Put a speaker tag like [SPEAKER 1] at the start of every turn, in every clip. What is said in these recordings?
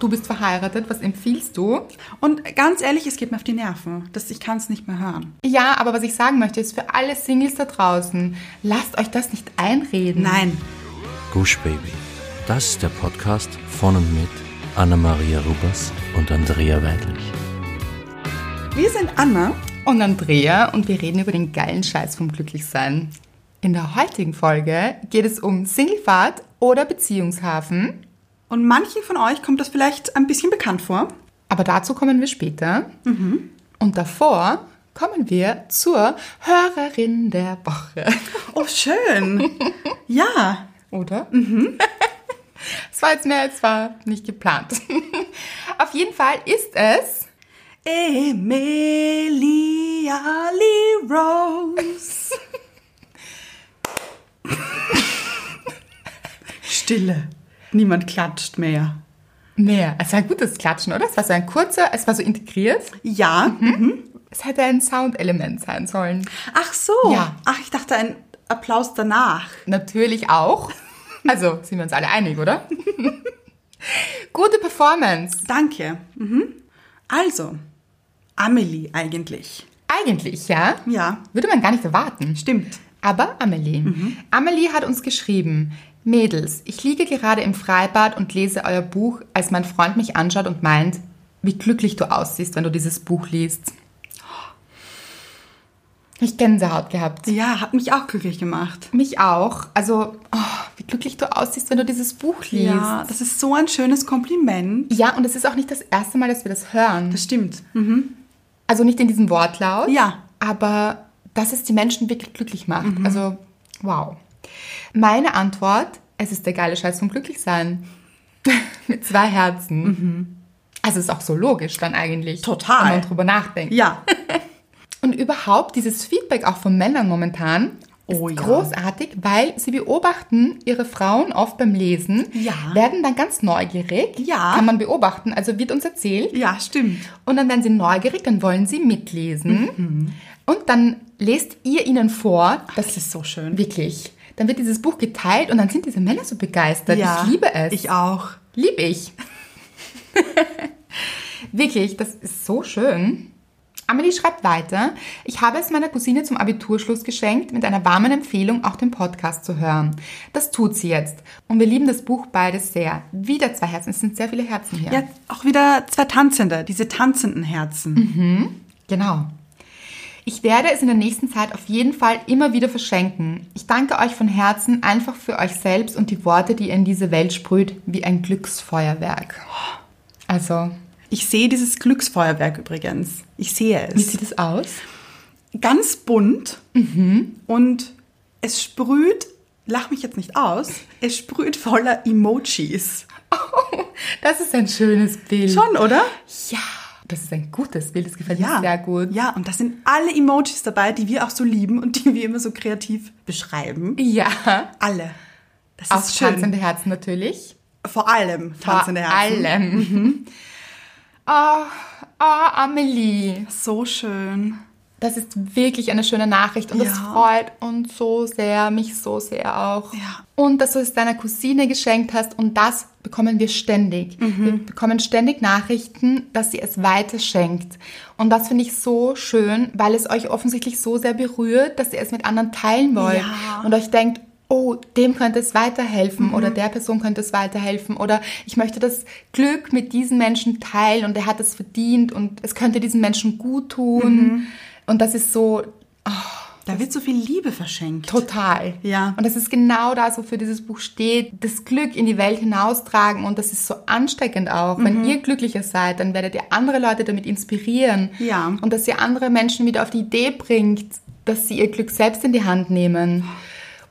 [SPEAKER 1] du bist verheiratet, was empfiehlst du?
[SPEAKER 2] Und ganz ehrlich, es geht mir auf die Nerven. Das, ich kann es nicht mehr hören.
[SPEAKER 1] Ja, aber was ich sagen möchte, ist für alle Singles da draußen, lasst euch das nicht einreden.
[SPEAKER 2] Nein.
[SPEAKER 3] Gush Baby. Das ist der Podcast von und mit Anna-Maria Rubers und Andrea Weidlich.
[SPEAKER 2] Wir sind Anna.
[SPEAKER 1] Und Andrea und wir reden über den geilen Scheiß vom Glücklichsein. In der heutigen Folge geht es um Singlefahrt oder Beziehungshafen.
[SPEAKER 2] Und manchen von euch kommt das vielleicht ein bisschen bekannt vor.
[SPEAKER 1] Aber dazu kommen wir später. Und davor kommen wir zur Hörerin der Woche.
[SPEAKER 2] Oh, schön. ja.
[SPEAKER 1] Oder? Es war jetzt mehr als war nicht geplant. Auf jeden Fall ist es.
[SPEAKER 2] Emilia Lee Rose. Stille. Niemand klatscht mehr.
[SPEAKER 1] Mehr. Es war ein gutes Klatschen, oder? Es war so ein kurzer, es war so integriert.
[SPEAKER 2] Ja.
[SPEAKER 1] Es hätte ein Soundelement sein sollen.
[SPEAKER 2] Ach so.
[SPEAKER 1] Ja.
[SPEAKER 2] Ach, ich dachte ein Applaus danach.
[SPEAKER 1] Natürlich auch. Also sind wir uns alle einig, oder? Gute Performance.
[SPEAKER 2] Danke. Mhm. Also, Amelie eigentlich.
[SPEAKER 1] Eigentlich, ja.
[SPEAKER 2] Ja.
[SPEAKER 1] Würde man gar nicht erwarten.
[SPEAKER 2] Stimmt.
[SPEAKER 1] Aber Amelie. Amelie hat uns geschrieben, Mädels, ich liege gerade im Freibad und lese euer Buch, als mein Freund mich anschaut und meint, wie glücklich du aussiehst, wenn du dieses Buch liest. Ich Gänsehaut gehabt.
[SPEAKER 2] Ja, hat mich auch glücklich gemacht.
[SPEAKER 1] Mich auch. Also, oh, wie glücklich du aussiehst, wenn du dieses Buch liest.
[SPEAKER 2] Ja, das ist so ein schönes Kompliment. Mhm.
[SPEAKER 1] Ja, und es ist auch nicht das erste Mal, dass wir das hören.
[SPEAKER 2] Das stimmt.
[SPEAKER 1] Also nicht in diesem Wortlaut.
[SPEAKER 2] Ja. Mhm.
[SPEAKER 1] Aber dass es die Menschen wirklich glücklich macht. Also, wow. Meine Antwort, es ist der geile Scheiß vom Glücklichsein. Mit zwei Herzen. Also ist auch so logisch dann eigentlich.
[SPEAKER 2] Mhm. Total.
[SPEAKER 1] Wenn man drüber nachdenkt.
[SPEAKER 2] Ja.
[SPEAKER 1] Und überhaupt dieses Feedback auch von Männern momentan ist
[SPEAKER 2] Oh ja.
[SPEAKER 1] großartig, weil sie beobachten ihre Frauen oft beim Lesen,
[SPEAKER 2] Ja.
[SPEAKER 1] werden dann ganz neugierig,
[SPEAKER 2] Ja.
[SPEAKER 1] kann man beobachten, also wird uns erzählt.
[SPEAKER 2] Ja, stimmt.
[SPEAKER 1] Und dann werden sie neugierig, dann wollen sie mitlesen.
[SPEAKER 2] Mhm.
[SPEAKER 1] Und dann lest ihr ihnen vor, das
[SPEAKER 2] Das
[SPEAKER 1] ist
[SPEAKER 2] ist so schön.
[SPEAKER 1] wirklich. Dann wird dieses Buch geteilt und dann sind diese Männer so begeistert. ich liebe es.
[SPEAKER 2] Ich auch.
[SPEAKER 1] Lieb ich. Wirklich, das ist so schön. Amelie schreibt weiter, ich habe es meiner Cousine zum Abiturschluss geschenkt, mit einer warmen Empfehlung auch den Podcast zu hören. Das tut sie jetzt. Und wir lieben das Buch beides sehr. Wieder zwei Herzen, es sind sehr viele Herzen hier.
[SPEAKER 2] Ja, auch wieder zwei Tanzende, diese tanzenden Herzen.
[SPEAKER 1] Genau. Ich werde es in der nächsten Zeit auf jeden Fall immer wieder verschenken. Ich danke euch von Herzen einfach für euch selbst und die Worte, die ihr in diese Welt sprüht, wie ein Glücksfeuerwerk. Also,
[SPEAKER 2] Ich sehe dieses Glücksfeuerwerk übrigens. Ich sehe
[SPEAKER 1] wie
[SPEAKER 2] es.
[SPEAKER 1] sieht es aus?
[SPEAKER 2] Ganz bunt Mhm. und es sprüht, lach mich jetzt nicht aus, es sprüht voller Emojis.
[SPEAKER 1] Das ist ein schönes Bild.
[SPEAKER 2] Schon, oder?
[SPEAKER 1] Ja, das ist ein gutes Bild. Das gefällt mir sehr gut.
[SPEAKER 2] Ja, und da sind alle Emojis dabei, die wir auch so lieben und die wir immer so kreativ beschreiben.
[SPEAKER 1] Ja.
[SPEAKER 2] Alle. Das
[SPEAKER 1] Auch
[SPEAKER 2] ist schön.
[SPEAKER 1] tanzende Herzen natürlich.
[SPEAKER 2] Vor allem tanzende
[SPEAKER 1] Vor
[SPEAKER 2] Herzen. Mhm.
[SPEAKER 1] allem. Oh, oh, Amelie.
[SPEAKER 2] So schön.
[SPEAKER 1] Das ist wirklich eine schöne Nachricht und das
[SPEAKER 2] Ja.
[SPEAKER 1] freut uns so sehr, mich so sehr auch.
[SPEAKER 2] Ja.
[SPEAKER 1] Und dass du es deiner Cousine geschenkt hast und das bekommen wir ständig.
[SPEAKER 2] Mhm.
[SPEAKER 1] Wir bekommen ständig Nachrichten, dass sie es weiter schenkt. Und das finde ich so schön, weil es euch offensichtlich so sehr berührt, dass ihr es mit anderen teilen wollt
[SPEAKER 2] Ja.
[SPEAKER 1] und euch denkt, Oh, dem könnte es weiterhelfen oder der Person könnte es weiterhelfen oder ich möchte das Glück mit diesem Menschen teilen und er hat es verdient und es könnte diesem Menschen gut tun. Und das ist so
[SPEAKER 2] Da wird so viel Liebe verschenkt.
[SPEAKER 1] total.
[SPEAKER 2] Ja.
[SPEAKER 1] Und das ist genau das, wofür dieses Buch steht. Das Glück in die Welt hinaustragen und das ist so ansteckend auch.
[SPEAKER 2] Mhm.
[SPEAKER 1] Wenn ihr glücklicher seid, dann werdet ihr andere Leute damit inspirieren.
[SPEAKER 2] Ja.
[SPEAKER 1] Und dass ihr andere Menschen wieder auf die Idee bringt, dass sie ihr Glück selbst in die Hand nehmen.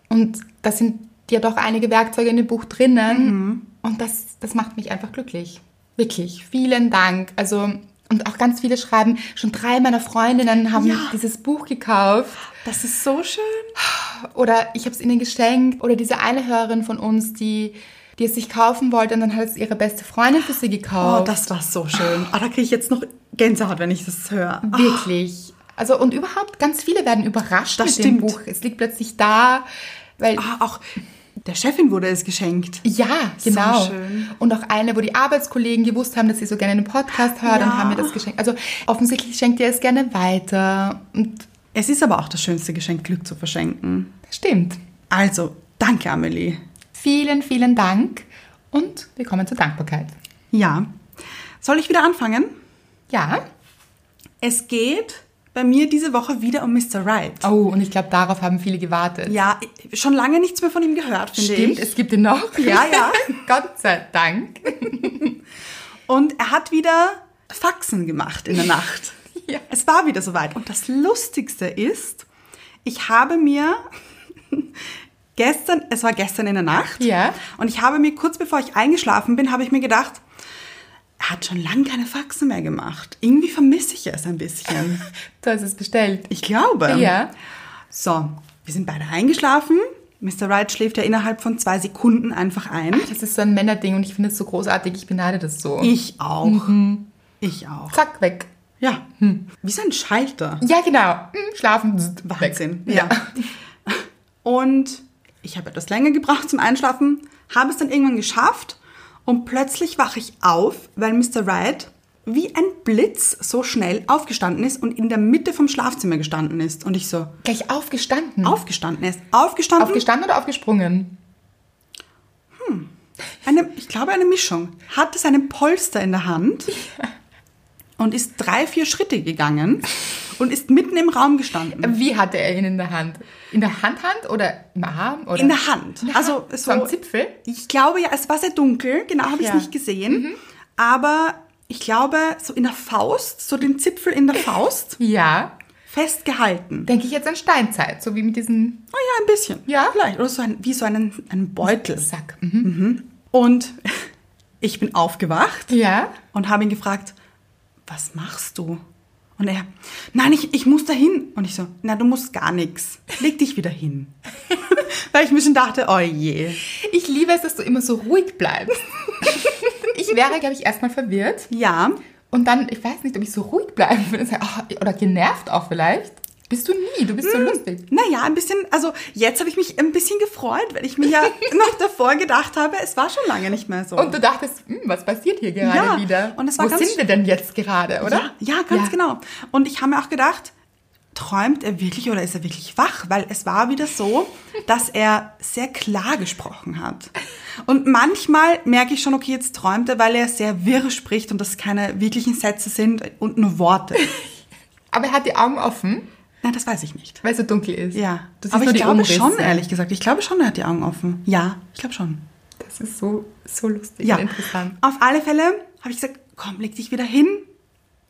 [SPEAKER 1] Und da sind ja doch einige Werkzeuge in dem Buch drinnen.
[SPEAKER 2] Mhm.
[SPEAKER 1] Und das, das macht mich einfach glücklich. Wirklich. Vielen Dank. Also, und auch ganz viele schreiben, schon drei meiner Freundinnen haben
[SPEAKER 2] Ja.
[SPEAKER 1] dieses Buch gekauft.
[SPEAKER 2] Das ist so schön.
[SPEAKER 1] Oder ich habe es ihnen geschenkt. Oder diese eine Hörerin von uns, die, die es sich kaufen wollte und dann hat es ihre beste Freundin für sie gekauft.
[SPEAKER 2] Oh, das war so schön. Ah, da kriege ich jetzt noch Gänsehaut, wenn ich das höre. Ah,
[SPEAKER 1] Wirklich. Also und überhaupt, ganz viele werden überrascht
[SPEAKER 2] Das
[SPEAKER 1] mit
[SPEAKER 2] stimmt.
[SPEAKER 1] dem Buch. Es liegt plötzlich da, weil
[SPEAKER 2] Ah, auch Der Chefin wurde es geschenkt.
[SPEAKER 1] Ja, genau.
[SPEAKER 2] schön.
[SPEAKER 1] Und auch eine, wo die Arbeitskollegen gewusst haben, dass sie so gerne einen Podcast hört und
[SPEAKER 2] Ja.
[SPEAKER 1] haben mir das geschenkt. Also offensichtlich schenkt ihr es gerne weiter. Und
[SPEAKER 2] Es ist aber auch das schönste Geschenk, Glück zu verschenken.
[SPEAKER 1] das stimmt.
[SPEAKER 2] Also, danke, Amelie.
[SPEAKER 1] Vielen, vielen Dank und wir kommen zur Dankbarkeit.
[SPEAKER 2] Ja. Soll ich wieder anfangen?
[SPEAKER 1] Ja.
[SPEAKER 2] Es geht bei mir diese Woche wieder um Mr. Right.
[SPEAKER 1] Oh, und ich glaube, darauf haben viele gewartet.
[SPEAKER 2] Ja, schon lange nichts mehr von ihm gehört, finde
[SPEAKER 1] Stimmt,
[SPEAKER 2] ich.
[SPEAKER 1] es gibt ihn noch.
[SPEAKER 2] Ja, ja.
[SPEAKER 1] Gott sei Dank.
[SPEAKER 2] Und er hat wieder Faxen gemacht in der Nacht.
[SPEAKER 1] Ja.
[SPEAKER 2] Es war wieder soweit. Und das Lustigste ist, ich habe mir gestern, es war gestern in der Nacht,
[SPEAKER 1] Ja.
[SPEAKER 2] und ich habe mir kurz bevor ich eingeschlafen bin, habe ich mir gedacht, er hat schon lange keine Faxen mehr gemacht. Irgendwie vermisse ich es ein bisschen.
[SPEAKER 1] Du hast es bestellt.
[SPEAKER 2] Ich glaube.
[SPEAKER 1] Ja.
[SPEAKER 2] So, wir sind beide eingeschlafen. Mr. Wright schläft ja innerhalb von zwei Sekunden einfach ein.
[SPEAKER 1] Das ist so ein Männerding und ich finde es so großartig. Ich beneide das so.
[SPEAKER 2] Ich auch. Ich auch.
[SPEAKER 1] Zack, weg.
[SPEAKER 2] Ja. Wie so ein Schalter.
[SPEAKER 1] Ja, genau. Hm, Schlafen. zzzt, weg.
[SPEAKER 2] Wahnsinn. Ja. Und ich habe etwas länger gebraucht zum Einschlafen, habe es dann irgendwann geschafft und plötzlich wache ich auf, weil Mr. Wright wie ein Blitz so schnell aufgestanden ist und in der Mitte vom Schlafzimmer gestanden ist. Und ich so,
[SPEAKER 1] Gleich aufgestanden.
[SPEAKER 2] aufgestanden, er ist aufgestanden.
[SPEAKER 1] Aufgestanden oder aufgesprungen?
[SPEAKER 2] eine, ich glaube, eine Mischung. Hatte seinen Polster in der Hand und ist drei, vier Schritte gegangen und ist mitten im Raum gestanden.
[SPEAKER 1] Wie hatte er ihn in der Hand? In der Handhand oder im Arm? Oder?
[SPEAKER 2] In der Hand. Also
[SPEAKER 1] so,
[SPEAKER 2] so,
[SPEAKER 1] am Zipfel?
[SPEAKER 2] ich glaube ja, es war sehr dunkel, genau habe ich es
[SPEAKER 1] Ja. Mhm.
[SPEAKER 2] nicht gesehen, aber ich glaube so in der Faust, so den Zipfel in der Faust
[SPEAKER 1] Ja.
[SPEAKER 2] festgehalten.
[SPEAKER 1] Denke ich jetzt an Steinzeit, so wie mit diesem
[SPEAKER 2] Oh ja, ein bisschen.
[SPEAKER 1] Ja.
[SPEAKER 2] vielleicht oder so ein, wie so einen, einen Beutel.
[SPEAKER 1] Sack. Mhm.
[SPEAKER 2] Und ich bin aufgewacht
[SPEAKER 1] Ja.
[SPEAKER 2] und habe ihn gefragt, was machst du? Und er, nein, ich, ich muss da hin. Und ich so, na, du musst gar nichts. Leg dich wieder hin. Weil ich mir schon dachte, oh je.
[SPEAKER 1] Ich liebe es, dass du immer so ruhig bleibst. ich wäre, glaube ich, erstmal verwirrt.
[SPEAKER 2] Ja,
[SPEAKER 1] Und dann, ich weiß nicht, ob ich so ruhig bleiben würde. Sag, oh, Oder genervt auch vielleicht. Bist du nie, du
[SPEAKER 2] Hm.
[SPEAKER 1] bist so lustig.
[SPEAKER 2] naja, ein bisschen, also jetzt habe ich mich ein bisschen gefreut, weil ich mir ja noch davor gedacht habe, es war schon lange nicht mehr so.
[SPEAKER 1] Und du dachtest, hm, was passiert hier gerade
[SPEAKER 2] Ja,
[SPEAKER 1] wieder?
[SPEAKER 2] und es war
[SPEAKER 1] Wo
[SPEAKER 2] ganz
[SPEAKER 1] sind wir denn jetzt gerade, oder?
[SPEAKER 2] Ja, ja ganz genau. Und ich habe mir auch gedacht, träumt er wirklich oder ist er wirklich wach? Weil es war wieder so, dass er sehr klar gesprochen hat. Und manchmal merke ich schon, okay, jetzt träumt er, weil er sehr wirr spricht und das keine wirklichen Sätze sind und nur Worte.
[SPEAKER 1] Aber er hat die Augen offen,
[SPEAKER 2] Nein, das weiß ich nicht.
[SPEAKER 1] weil es so dunkel ist.
[SPEAKER 2] Ja,
[SPEAKER 1] Du siehst
[SPEAKER 2] aber
[SPEAKER 1] nur
[SPEAKER 2] ich
[SPEAKER 1] die
[SPEAKER 2] glaube
[SPEAKER 1] Umrisse.
[SPEAKER 2] schon, ehrlich gesagt. Ich glaube schon, er hat die Augen offen. Ja, ich glaube schon.
[SPEAKER 1] Das ist so, so lustig
[SPEAKER 2] Ja,
[SPEAKER 1] und interessant.
[SPEAKER 2] auf alle Fälle habe ich gesagt, komm, leg dich wieder hin.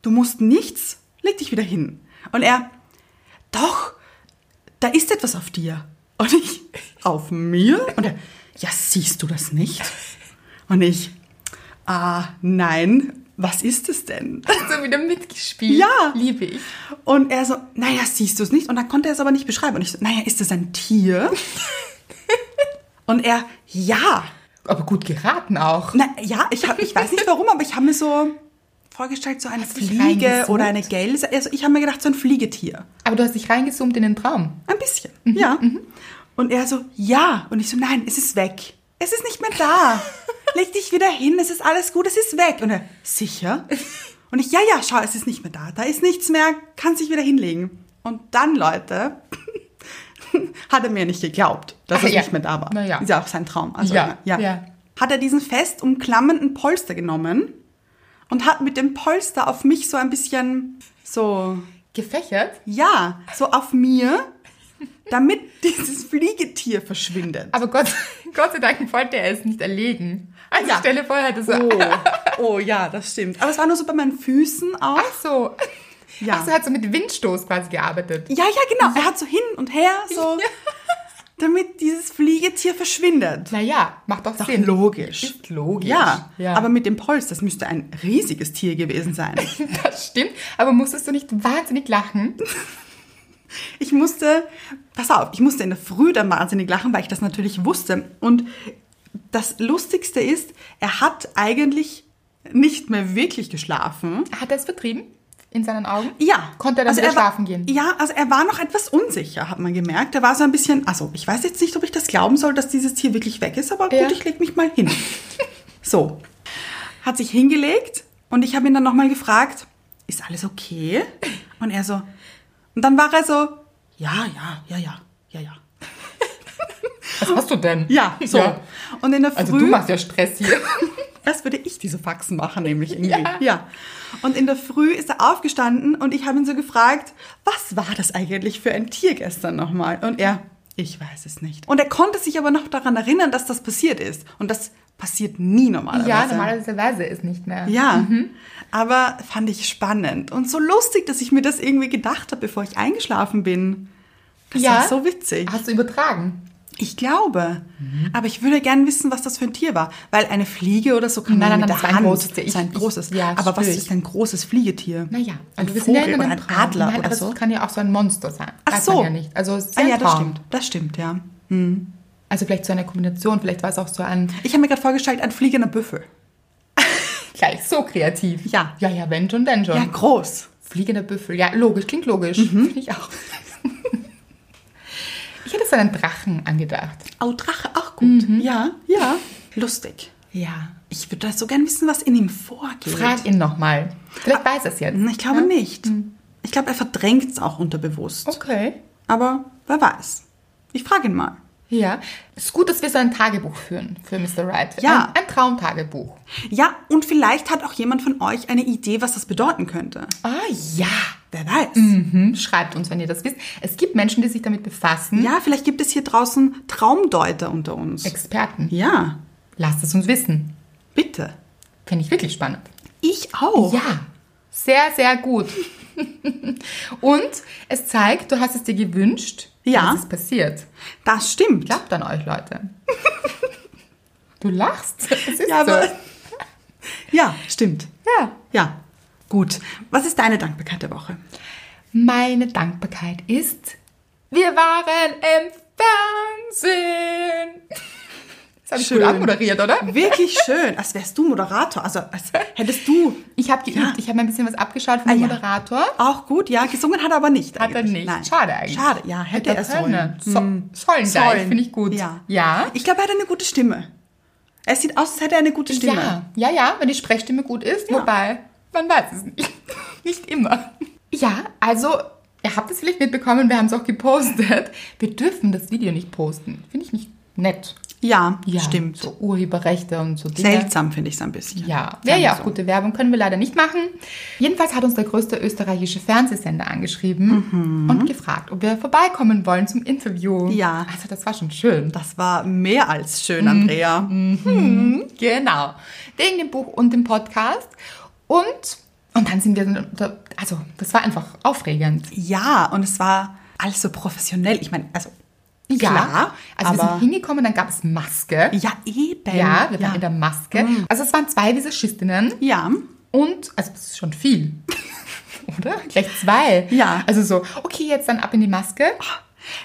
[SPEAKER 2] Du musst nichts, leg dich wieder hin. Und er, doch, da ist etwas auf dir. Und ich, auf mir? Und er, ja, siehst du das nicht? Und ich, ah, nein, was ist es denn?
[SPEAKER 1] Hast du wieder mitgespielt?
[SPEAKER 2] Ja.
[SPEAKER 1] Liebe ich.
[SPEAKER 2] Und er so, naja, siehst du es nicht? Und dann konnte er es aber nicht beschreiben. Und ich so, naja, ist es ein Tier? Und er, ja.
[SPEAKER 1] Aber gut geraten auch.
[SPEAKER 2] Na, ja, ich, hab, ich weiß nicht warum, aber ich habe mir so vorgestellt, so eine
[SPEAKER 1] dich
[SPEAKER 2] Fliege
[SPEAKER 1] reingezoomt?
[SPEAKER 2] oder eine Gelse. Also ich habe mir gedacht, so ein Fliegetier.
[SPEAKER 1] Aber du hast dich reingezoomt in den Traum.
[SPEAKER 2] Ein bisschen,
[SPEAKER 1] Mhm,
[SPEAKER 2] ja. Und er so, ja. Und ich so, nein, es ist weg. Es ist nicht mehr da. Leg dich wieder hin, es ist alles gut, es ist weg. Und er, sicher? Und ich, ja, ja, schau, es ist nicht mehr da. Da ist nichts mehr, kannst dich wieder hinlegen. Und dann, Leute, hat er mir nicht geglaubt, dass
[SPEAKER 1] Ach
[SPEAKER 2] es
[SPEAKER 1] ja.
[SPEAKER 2] nicht mehr da war.
[SPEAKER 1] Na ja.
[SPEAKER 2] Ist ja auch sein Traum. Also,
[SPEAKER 1] Ja,
[SPEAKER 2] ja.
[SPEAKER 1] ja.
[SPEAKER 2] Hat er diesen fest umklammernden Polster genommen und hat mit dem Polster auf mich so ein bisschen so
[SPEAKER 1] Gefächert?
[SPEAKER 2] ja, so auf mir, damit dieses Fliegetier verschwindet.
[SPEAKER 1] Aber Gott, Gott sei Dank wollte er es nicht erlegen. Also
[SPEAKER 2] Ja.
[SPEAKER 1] stelle vor, er hätte so...
[SPEAKER 2] oh ja, das stimmt. Aber es war nur so bei meinen Füßen auch.
[SPEAKER 1] Ach so.
[SPEAKER 2] Ja.
[SPEAKER 1] Ach so, er hat halt so mit Windstoß quasi gearbeitet.
[SPEAKER 2] Ja, ja, genau. Er hat so hin und her, so, damit dieses Fliegetier verschwindet.
[SPEAKER 1] Naja, macht doch
[SPEAKER 2] Doch
[SPEAKER 1] Sinn.
[SPEAKER 2] logisch.
[SPEAKER 1] Ist logisch.
[SPEAKER 2] Ja,
[SPEAKER 1] ja.
[SPEAKER 2] aber mit dem Polster, das müsste ein riesiges Tier gewesen sein.
[SPEAKER 1] das stimmt. Aber musstest du nicht wahnsinnig lachen?
[SPEAKER 2] Ich musste, pass auf, ich musste in der Früh dann wahnsinnig lachen, weil ich das natürlich wusste. Und das Lustigste ist, er hat eigentlich nicht mehr wirklich geschlafen.
[SPEAKER 1] Hat er es vertrieben? in seinen Augen?
[SPEAKER 2] Ja. Also
[SPEAKER 1] Konnte er dann wieder
[SPEAKER 2] war-
[SPEAKER 1] schlafen gehen?
[SPEAKER 2] Ja, also er war noch etwas unsicher, hat man gemerkt. Er war so ein bisschen, also ich weiß jetzt nicht, ob ich das glauben soll, dass dieses Tier wirklich weg ist, aber
[SPEAKER 1] Ja.
[SPEAKER 2] gut, ich leg mich mal hin. so. Hat sich hingelegt und ich habe ihn dann nochmal gefragt, ist alles okay? Und er so, und dann war er so, ja, ja, ja, ja, ja, ja.
[SPEAKER 1] Was hast du denn?
[SPEAKER 2] Ja, so.
[SPEAKER 1] Ja.
[SPEAKER 2] Und in der Früh.
[SPEAKER 1] Also du machst ja Stress hier.
[SPEAKER 2] Das würde ich diese Faxen machen, nämlich irgendwie. Ja. Und in der Früh ist er aufgestanden und ich habe ihn so gefragt, was war das eigentlich für ein Tier gestern nochmal? Und er, ich weiß es nicht. Und er konnte sich aber noch daran erinnern, dass das passiert ist. Und das passiert nie normalerweise.
[SPEAKER 1] ja, Mhm. normalerweise ist nicht mehr.
[SPEAKER 2] Ja, aber fand ich spannend und so lustig, dass ich mir das irgendwie gedacht habe, bevor ich eingeschlafen bin. Das
[SPEAKER 1] Ja.
[SPEAKER 2] ist so witzig.
[SPEAKER 1] Hast du übertragen?
[SPEAKER 2] Ich glaube. Aber ich würde gerne wissen, was das für ein Tier war. Weil eine Fliege oder so kann
[SPEAKER 1] Nein, nein,
[SPEAKER 2] man
[SPEAKER 1] nein,
[SPEAKER 2] mit der
[SPEAKER 1] das war ein
[SPEAKER 2] Hand...
[SPEAKER 1] großes Tier.
[SPEAKER 2] das
[SPEAKER 1] Ich-
[SPEAKER 2] war ein
[SPEAKER 1] ich-
[SPEAKER 2] großes.
[SPEAKER 1] ja, das
[SPEAKER 2] aber was
[SPEAKER 1] spür ich.
[SPEAKER 2] ist ein großes Fliegetier?
[SPEAKER 1] Naja,
[SPEAKER 2] ein
[SPEAKER 1] also wir sind ja
[SPEAKER 2] Vogel
[SPEAKER 1] in
[SPEAKER 2] oder
[SPEAKER 1] einem
[SPEAKER 2] ein
[SPEAKER 1] Traum.
[SPEAKER 2] Adler
[SPEAKER 1] Nein,
[SPEAKER 2] oder
[SPEAKER 1] aber
[SPEAKER 2] so.
[SPEAKER 1] das kann ja auch so ein Monster sein.
[SPEAKER 2] Ach
[SPEAKER 1] Weiß
[SPEAKER 2] so.
[SPEAKER 1] Man ja nicht. Also es ist
[SPEAKER 2] Ah
[SPEAKER 1] ja,
[SPEAKER 2] ja,
[SPEAKER 1] ein
[SPEAKER 2] das
[SPEAKER 1] Traum.
[SPEAKER 2] stimmt. Das stimmt, ja.
[SPEAKER 1] Also vielleicht so eine Kombination, vielleicht war es auch so ein
[SPEAKER 2] Ich habe mir gerade vorgestellt, ein fliegender Büffel.
[SPEAKER 1] gleich so kreativ.
[SPEAKER 2] Ja.
[SPEAKER 1] Ja, ja, wenn schon, denn schon.
[SPEAKER 2] Ja, groß.
[SPEAKER 1] Fliegender Büffel. Ja, logisch, klingt logisch. Finde ich auch. ich hätte so einen Drachen angedacht.
[SPEAKER 2] Oh, Drache, auch gut.
[SPEAKER 1] Mhm.
[SPEAKER 2] Ja, ja. Lustig.
[SPEAKER 1] Ja.
[SPEAKER 2] Ich würde so gern wissen, was in ihm vorgeht. Hm,
[SPEAKER 1] Frag ihn nochmal. Vielleicht weiß er es jetzt.
[SPEAKER 2] Ich glaube nicht.
[SPEAKER 1] Hm.
[SPEAKER 2] Ich glaube, er verdrängt es auch unterbewusst.
[SPEAKER 1] Okay.
[SPEAKER 2] Aber wer weiß. Ich frage ihn mal.
[SPEAKER 1] Ja. Es ist gut, dass wir so ein Tagebuch führen für Mr. Wright.
[SPEAKER 2] Ja.
[SPEAKER 1] Ein, ein Traumtagebuch.
[SPEAKER 2] Ja, und vielleicht hat auch jemand von euch eine Idee, was das bedeuten könnte.
[SPEAKER 1] Ah ja.
[SPEAKER 2] Wer weiß.
[SPEAKER 1] Mhm. Schreibt uns, wenn ihr das wisst. Es gibt Menschen, die sich damit befassen.
[SPEAKER 2] Ja, vielleicht gibt es hier draußen Traumdeuter unter uns.
[SPEAKER 1] Experten.
[SPEAKER 2] ja,
[SPEAKER 1] Lasst es uns wissen.
[SPEAKER 2] bitte.
[SPEAKER 1] Finde ich wirklich spannend.
[SPEAKER 2] Ich auch.
[SPEAKER 1] Ja, sehr, sehr gut. Und es zeigt, du hast es dir gewünscht,
[SPEAKER 2] Ja.
[SPEAKER 1] dass es passiert.
[SPEAKER 2] Das stimmt.
[SPEAKER 1] Glaubt an euch, Leute. Du lachst. Es ist
[SPEAKER 2] Ja, aber-
[SPEAKER 1] so.
[SPEAKER 2] Ja, stimmt.
[SPEAKER 1] ja.
[SPEAKER 2] Ja. Gut. Was ist deine Dankbarkeit der Woche?
[SPEAKER 1] Meine Dankbarkeit ist, wir waren im Fernsehen. Das habe ich
[SPEAKER 2] Schön.
[SPEAKER 1] gut anmoderiert, oder?
[SPEAKER 2] Wirklich schön, als wärst du Moderator. Also als hättest du
[SPEAKER 1] Ich habe geübt,
[SPEAKER 2] Ja.
[SPEAKER 1] ich habe mir ein bisschen was abgeschaut von dem
[SPEAKER 2] Ah, ja.
[SPEAKER 1] Moderator.
[SPEAKER 2] auch gut, ja, gesungen hat er aber nicht.
[SPEAKER 1] Hat er
[SPEAKER 2] eigentlich.
[SPEAKER 1] nicht.
[SPEAKER 2] Nein.
[SPEAKER 1] Schade eigentlich.
[SPEAKER 2] Schade, ja, hätte er sollen. Hm.
[SPEAKER 1] So, sollen sollen.
[SPEAKER 2] Sollen.
[SPEAKER 1] finde ich gut.
[SPEAKER 2] Ja.
[SPEAKER 1] ja.
[SPEAKER 2] Ich glaube, er hat eine gute Stimme. Er sieht aus, als hätte er eine gute Stimme.
[SPEAKER 1] Ja, ja, ja, wenn die Sprechstimme gut ist, wobei, man weiß es nicht. nicht immer. Ja, also, ihr habt es vielleicht mitbekommen, wir haben es auch gepostet. Wir dürfen das Video nicht posten. Finde ich nicht nett.
[SPEAKER 2] Ja, stimmt.
[SPEAKER 1] So Urheberrechte und so Dinge.
[SPEAKER 2] Seltsam finde ich es ein bisschen.
[SPEAKER 1] Ja,
[SPEAKER 2] Sagen
[SPEAKER 1] wäre
[SPEAKER 2] wir
[SPEAKER 1] ja auch
[SPEAKER 2] so.
[SPEAKER 1] gute Werbung, können wir leider nicht machen. Jedenfalls hat uns der größte österreichische Fernsehsender angeschrieben und gefragt, ob wir vorbeikommen wollen zum Interview.
[SPEAKER 2] Ja.
[SPEAKER 1] Also das war schon schön.
[SPEAKER 2] Das war mehr als
[SPEAKER 1] Mhm.
[SPEAKER 2] schön, Andrea.
[SPEAKER 1] Genau. Wegen dem Buch und dem Podcast. Und, und dann sind wir, unter- also das war einfach aufregend.
[SPEAKER 2] Ja, und es war alles so professionell. Ich meine, also
[SPEAKER 1] Ja.
[SPEAKER 2] klar,
[SPEAKER 1] Also wir
[SPEAKER 2] aber
[SPEAKER 1] sind hingekommen, dann gab es Maske.
[SPEAKER 2] ja eben.
[SPEAKER 1] Ja, wir waren
[SPEAKER 2] ja.
[SPEAKER 1] in der Maske. Also es waren zwei Visagistinnen
[SPEAKER 2] ja,
[SPEAKER 1] und, also das ist schon viel. Oder? Gleich zwei.
[SPEAKER 2] Ja.
[SPEAKER 1] Also so, okay, jetzt dann ab in die Maske.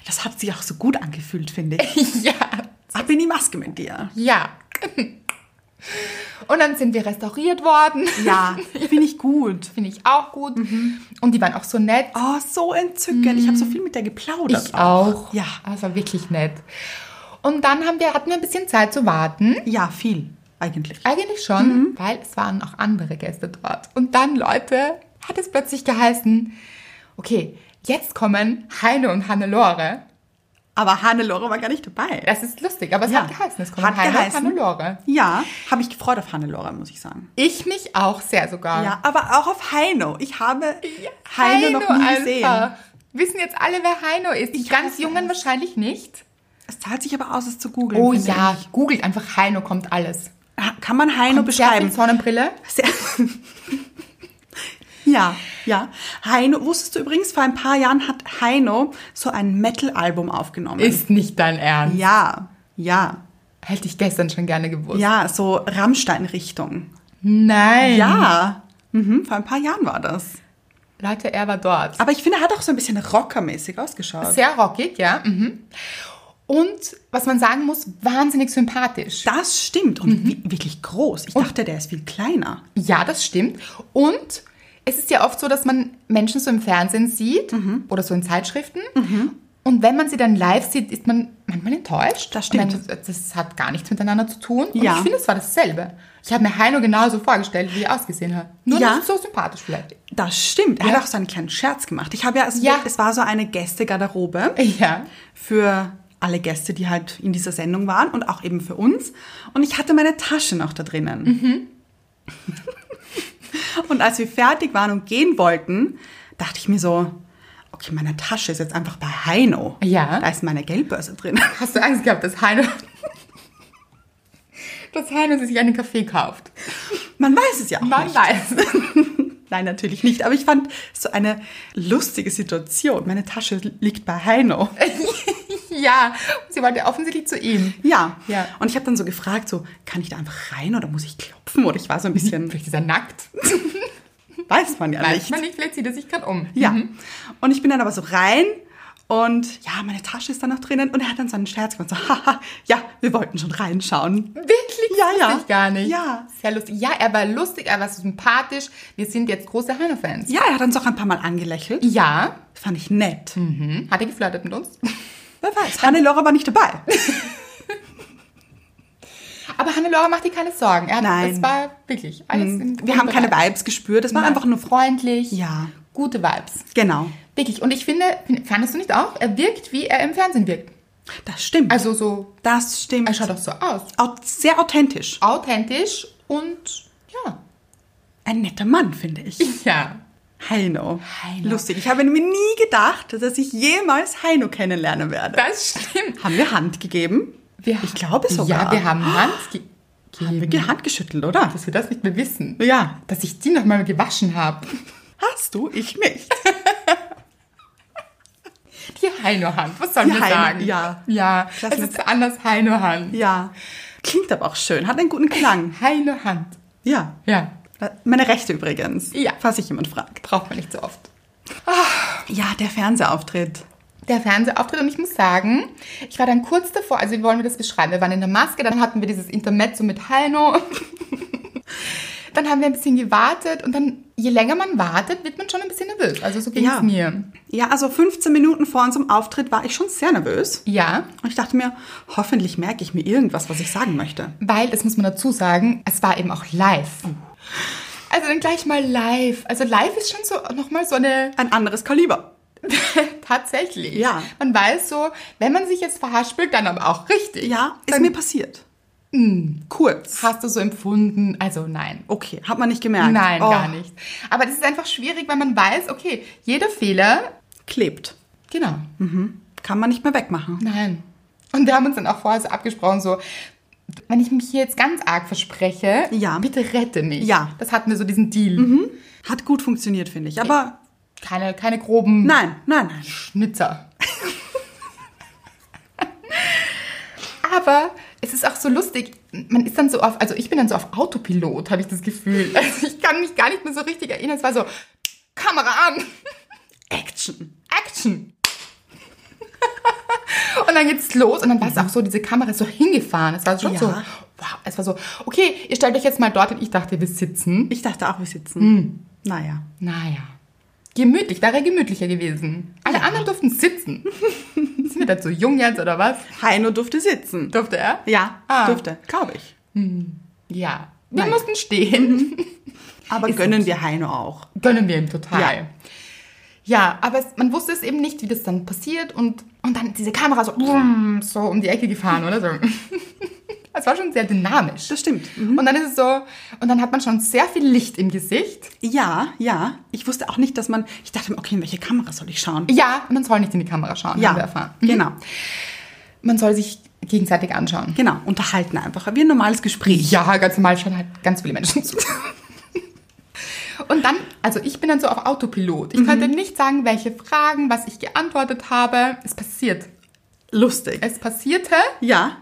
[SPEAKER 2] das hat sich auch so gut angefühlt, finde ich.
[SPEAKER 1] ja.
[SPEAKER 2] Ab in die Maske mit dir.
[SPEAKER 1] Ja. Und dann sind wir restauriert worden.
[SPEAKER 2] Ja, finde ich gut.
[SPEAKER 1] Finde ich auch gut. Und die waren auch so nett.
[SPEAKER 2] Oh, so entzückend. Ich habe so viel mit der geplaudert.
[SPEAKER 1] Mhm. Ich auch.
[SPEAKER 2] Ja,
[SPEAKER 1] Also wirklich nett. Und dann haben wir, hatten wir ein bisschen Zeit zu warten.
[SPEAKER 2] ja, viel eigentlich.
[SPEAKER 1] Eigentlich schon,
[SPEAKER 2] Mhm.
[SPEAKER 1] weil es waren auch andere Gäste dort. Und dann, Leute, hat es plötzlich geheißen, okay, jetzt kommen Heine und Hannelore.
[SPEAKER 2] Aber Hannelore war gar nicht dabei.
[SPEAKER 1] Das ist lustig, aber es
[SPEAKER 2] Ja.
[SPEAKER 1] hat geheißen, es kommen
[SPEAKER 2] Hat
[SPEAKER 1] Heine
[SPEAKER 2] geheißen.
[SPEAKER 1] und Hannelore.
[SPEAKER 2] Ja, habe ich gefreut auf Hannelore, muss ich sagen.
[SPEAKER 1] Ich mich auch sehr sogar.
[SPEAKER 2] Ja, aber auch auf Heino. Ich habe Heino, noch nie gesehen.
[SPEAKER 1] Wissen jetzt alle, wer Heino ist? Die ganz Jungen wahrscheinlich nicht.
[SPEAKER 2] Es zahlt sich aber aus, es zu googeln.
[SPEAKER 1] Oh
[SPEAKER 2] finde
[SPEAKER 1] ja, googelt einfach Heino, kommt alles.
[SPEAKER 2] ich. Ha- Kann man Heino
[SPEAKER 1] Sehr viel
[SPEAKER 2] beschreiben?
[SPEAKER 1] Sonnenbrille.
[SPEAKER 2] Sehr ja, ja. Heino, wusstest du übrigens, vor ein paar Jahren hat Heino so ein Metal-Album aufgenommen.
[SPEAKER 1] Ist nicht dein Ernst.
[SPEAKER 2] Ja, ja.
[SPEAKER 1] Hätte ich gestern schon gerne gewusst.
[SPEAKER 2] Ja, so Rammstein-Richtung.
[SPEAKER 1] Nein.
[SPEAKER 2] Ja. Mhm, vor ein paar Jahren war das.
[SPEAKER 1] Leute, er war dort.
[SPEAKER 2] Aber ich finde, er hat auch so ein bisschen rockermäßig ausgeschaut.
[SPEAKER 1] Sehr rockig, ja. Mhm. Und was man sagen muss, wahnsinnig sympathisch.
[SPEAKER 2] Das
[SPEAKER 1] Mhm.
[SPEAKER 2] stimmt. Und wi- wirklich groß. Ich dachte, der ist viel kleiner.
[SPEAKER 1] Ja, das stimmt. Und es ist ja oft so, dass man Menschen so im Fernsehen sieht
[SPEAKER 2] Mhm.
[SPEAKER 1] oder so in Zeitschriften. Und wenn man sie dann live sieht, ist man manchmal enttäuscht.
[SPEAKER 2] Das stimmt.
[SPEAKER 1] Und dann, das hat gar nichts miteinander zu tun. Und
[SPEAKER 2] Ja.
[SPEAKER 1] ich finde, es war dasselbe. Ich habe mir Heino genauso vorgestellt, wie er ausgesehen hat. Nur
[SPEAKER 2] Ja.
[SPEAKER 1] nicht so sympathisch vielleicht.
[SPEAKER 2] Das stimmt. Er
[SPEAKER 1] Ja.
[SPEAKER 2] hat auch so einen kleinen Scherz gemacht. Ich habe ja, es,
[SPEAKER 1] Ja.
[SPEAKER 2] es war so eine Gästegarderobe
[SPEAKER 1] Ja.
[SPEAKER 2] für alle Gäste, die halt in dieser Sendung waren und auch eben für uns. Und ich hatte meine Tasche noch da drinnen.
[SPEAKER 1] Mhm.
[SPEAKER 2] und als wir fertig waren und gehen wollten, dachte ich mir so, okay, meine Tasche ist jetzt einfach bei Heino.
[SPEAKER 1] Ja.
[SPEAKER 2] Da ist meine Geldbörse drin.
[SPEAKER 1] Hast du Angst gehabt, dass Heino, dass Heino sich einen Kaffee kauft?
[SPEAKER 2] Man weiß es ja auch
[SPEAKER 1] Man
[SPEAKER 2] nicht.
[SPEAKER 1] weiß.
[SPEAKER 2] Nein, natürlich nicht. Aber ich fand so eine lustige Situation. Meine Tasche liegt bei Heino.
[SPEAKER 1] ja, sie wollte offensichtlich zu ihm.
[SPEAKER 2] Ja.
[SPEAKER 1] Ja.
[SPEAKER 2] Und ich habe dann so gefragt, so, kann ich da einfach rein oder muss ich klopfen? Oder ich war so ein bisschen,
[SPEAKER 1] Vielleicht ist er nackt.
[SPEAKER 2] weiß man ja
[SPEAKER 1] Weiß
[SPEAKER 2] nicht.
[SPEAKER 1] man nicht, vielleicht zieht er sich gerade um.
[SPEAKER 2] Ja. Und ich bin dann aber so rein und ja, meine Tasche ist dann noch drinnen. Und er hat dann so einen Scherz gemacht, so, haha, ja, wir wollten schon reinschauen.
[SPEAKER 1] Wirklich?
[SPEAKER 2] Ja,
[SPEAKER 1] Das
[SPEAKER 2] ja.
[SPEAKER 1] wusste ich gar nicht.
[SPEAKER 2] Ja.
[SPEAKER 1] Sehr lustig. Ja, er war lustig, er war sympathisch. Wir sind jetzt große Heino-Fans.
[SPEAKER 2] Ja, er hat uns auch ein paar Mal angelächelt.
[SPEAKER 1] Ja.
[SPEAKER 2] Fand ich nett.
[SPEAKER 1] Hm. Hat er geflirtet mit uns?
[SPEAKER 2] Wer weiß, Hannelore war nicht dabei.
[SPEAKER 1] Aber Hannelore macht dir keine Sorgen. Er hat,
[SPEAKER 2] Nein. Hm.
[SPEAKER 1] Es war wirklich alles im
[SPEAKER 2] Wir haben keine Vibes gespürt. Es war
[SPEAKER 1] Nein.
[SPEAKER 2] einfach nur Freude.
[SPEAKER 1] freundlich.
[SPEAKER 2] Ja.
[SPEAKER 1] Gute Vibes.
[SPEAKER 2] Genau.
[SPEAKER 1] Wirklich. Und ich finde, fandest du nicht auch, er wirkt, wie er im Fernsehen wirkt.
[SPEAKER 2] Das stimmt.
[SPEAKER 1] Also so,
[SPEAKER 2] das stimmt.
[SPEAKER 1] er schaut auch so aus.
[SPEAKER 2] Au- sehr authentisch.
[SPEAKER 1] Authentisch und ja.
[SPEAKER 2] Ein netter Mann, finde ich.
[SPEAKER 1] Ja.
[SPEAKER 2] Heino.
[SPEAKER 1] Heino.
[SPEAKER 2] Lustig. Ich habe mir nie gedacht, dass ich jemals Heino kennenlernen werde.
[SPEAKER 1] Das stimmt.
[SPEAKER 2] Haben wir Hand gegeben? ich glaube sogar.
[SPEAKER 1] Ja, wir haben Hand ge
[SPEAKER 2] Haben wir
[SPEAKER 1] gegeben.
[SPEAKER 2] ge- Hand geschüttelt, oder?
[SPEAKER 1] dass wir Mhm. das nicht mehr wissen.
[SPEAKER 2] Ja.
[SPEAKER 1] Dass ich die nochmal gewaschen habe.
[SPEAKER 2] Hast du? Ich nicht.
[SPEAKER 1] Die Heino-Hand, was sollen
[SPEAKER 2] Die
[SPEAKER 1] wir
[SPEAKER 2] Heino-
[SPEAKER 1] sagen?
[SPEAKER 2] ja.
[SPEAKER 1] Ja,
[SPEAKER 2] Lass
[SPEAKER 1] es
[SPEAKER 2] uns-
[SPEAKER 1] ist anders Heino-Hand.
[SPEAKER 2] Ja. Klingt aber auch schön. Hat einen guten Klang.
[SPEAKER 1] Heino-Hand.
[SPEAKER 2] Ja.
[SPEAKER 1] Ja,
[SPEAKER 2] Meine Rechte übrigens.
[SPEAKER 1] Ja.
[SPEAKER 2] Falls sich jemand fragt.
[SPEAKER 1] braucht man nicht so oft.
[SPEAKER 2] Ja, der Fernsehauftritt.
[SPEAKER 1] Der Fernsehauftritt und ich muss sagen, ich war dann kurz davor, also wie wollen wir das beschreiben? Wir waren in der Maske, dann hatten wir dieses Intermezzo mit Heino. dann haben wir ein bisschen gewartet und dann, je länger man wartet, wird man schon ein bisschen nervös. Also so ging es mir.
[SPEAKER 2] Ja, also 15 Minuten vor unserem Auftritt war ich schon sehr nervös.
[SPEAKER 1] Ja,
[SPEAKER 2] Und ich dachte mir, hoffentlich merke ich mir irgendwas, was ich sagen möchte.
[SPEAKER 1] Weil, das muss man dazu sagen, es war eben auch live. Also dann gleich mal live. Also live ist schon so nochmal so eine
[SPEAKER 2] Ein anderes Kaliber.
[SPEAKER 1] tatsächlich.
[SPEAKER 2] Ja.
[SPEAKER 1] Man weiß so, wenn man sich jetzt verhaspelt, dann aber auch richtig.
[SPEAKER 2] Ja, ist
[SPEAKER 1] Dann
[SPEAKER 2] mir passiert. Mm. Kurz.
[SPEAKER 1] hast du so empfunden. Also nein.
[SPEAKER 2] Okay, hat man nicht gemerkt.
[SPEAKER 1] Nein,
[SPEAKER 2] Oh,
[SPEAKER 1] gar nicht. Aber das ist einfach schwierig, weil man weiß, okay, jeder Fehler,
[SPEAKER 2] Klebt.
[SPEAKER 1] genau.
[SPEAKER 2] Hm. Kann man nicht mehr wegmachen.
[SPEAKER 1] Nein. Und wir haben uns dann auch vorher so abgesprochen, so, wenn ich mich hier jetzt ganz arg verspreche,
[SPEAKER 2] Ja.
[SPEAKER 1] bitte rette mich.
[SPEAKER 2] Ja. Mhm.
[SPEAKER 1] Das hatten wir so diesen Deal.
[SPEAKER 2] Hat gut funktioniert, finde ich. Aber
[SPEAKER 1] Keine, keine groben
[SPEAKER 2] nein, nein, nein.
[SPEAKER 1] Schnitzer. Aber es ist auch so lustig, man ist dann so auf, also ich bin dann so auf Autopilot, habe ich das Gefühl. Also ich kann mich gar nicht mehr so richtig erinnern. Es war so, Kamera an,
[SPEAKER 2] Action.
[SPEAKER 1] Action. Und dann geht's los und dann war es auch so, diese Kamera ist so hingefahren. Es war schon
[SPEAKER 2] Ja.
[SPEAKER 1] so, wow, es war so, okay, ihr stellt euch jetzt mal dort und ich dachte, wir sitzen.
[SPEAKER 2] Ich dachte auch, wir sitzen. Naja.
[SPEAKER 1] Naja. Gemütlich, wäre gemütlicher gewesen. Alle anderen durften sitzen. Sind wir da zu jung jetzt oder was?
[SPEAKER 2] Heino durfte sitzen.
[SPEAKER 1] Durfte er?
[SPEAKER 2] Ja,
[SPEAKER 1] Ah.
[SPEAKER 2] durfte. Glaube ich.
[SPEAKER 1] Ja. Wir
[SPEAKER 2] Nein. Mhm.
[SPEAKER 1] mussten stehen.
[SPEAKER 2] Aber gönnen wir Heino auch.
[SPEAKER 1] Gönnen wir ihm total.
[SPEAKER 2] Ja.
[SPEAKER 1] Ja, aber es, man wusste es eben nicht, wie das dann passiert und, und dann diese Kamera so, so um die Ecke gefahren oder so. Es war schon sehr dynamisch.
[SPEAKER 2] Das stimmt.
[SPEAKER 1] Und dann ist es so, und dann hat man schon sehr viel Licht im Gesicht.
[SPEAKER 2] Ja, ja. Ich wusste auch nicht, dass man. Ich dachte mir, okay, in welche Kamera soll ich schauen?
[SPEAKER 1] Ja, man soll nicht in die Kamera schauen, haben wir erfahren. Mhm.
[SPEAKER 2] genau.
[SPEAKER 1] Man soll sich gegenseitig anschauen.
[SPEAKER 2] Genau. Unterhalten einfach. Wie ein normales Gespräch.
[SPEAKER 1] Ja, ganz normal schauen halt ganz viele Menschen zu. Und dann, also ich bin dann so auf Autopilot. Ich könnte nicht sagen, welche Fragen, was ich geantwortet habe. Es passiert.
[SPEAKER 2] Lustig.
[SPEAKER 1] Es passierte,
[SPEAKER 2] Ja.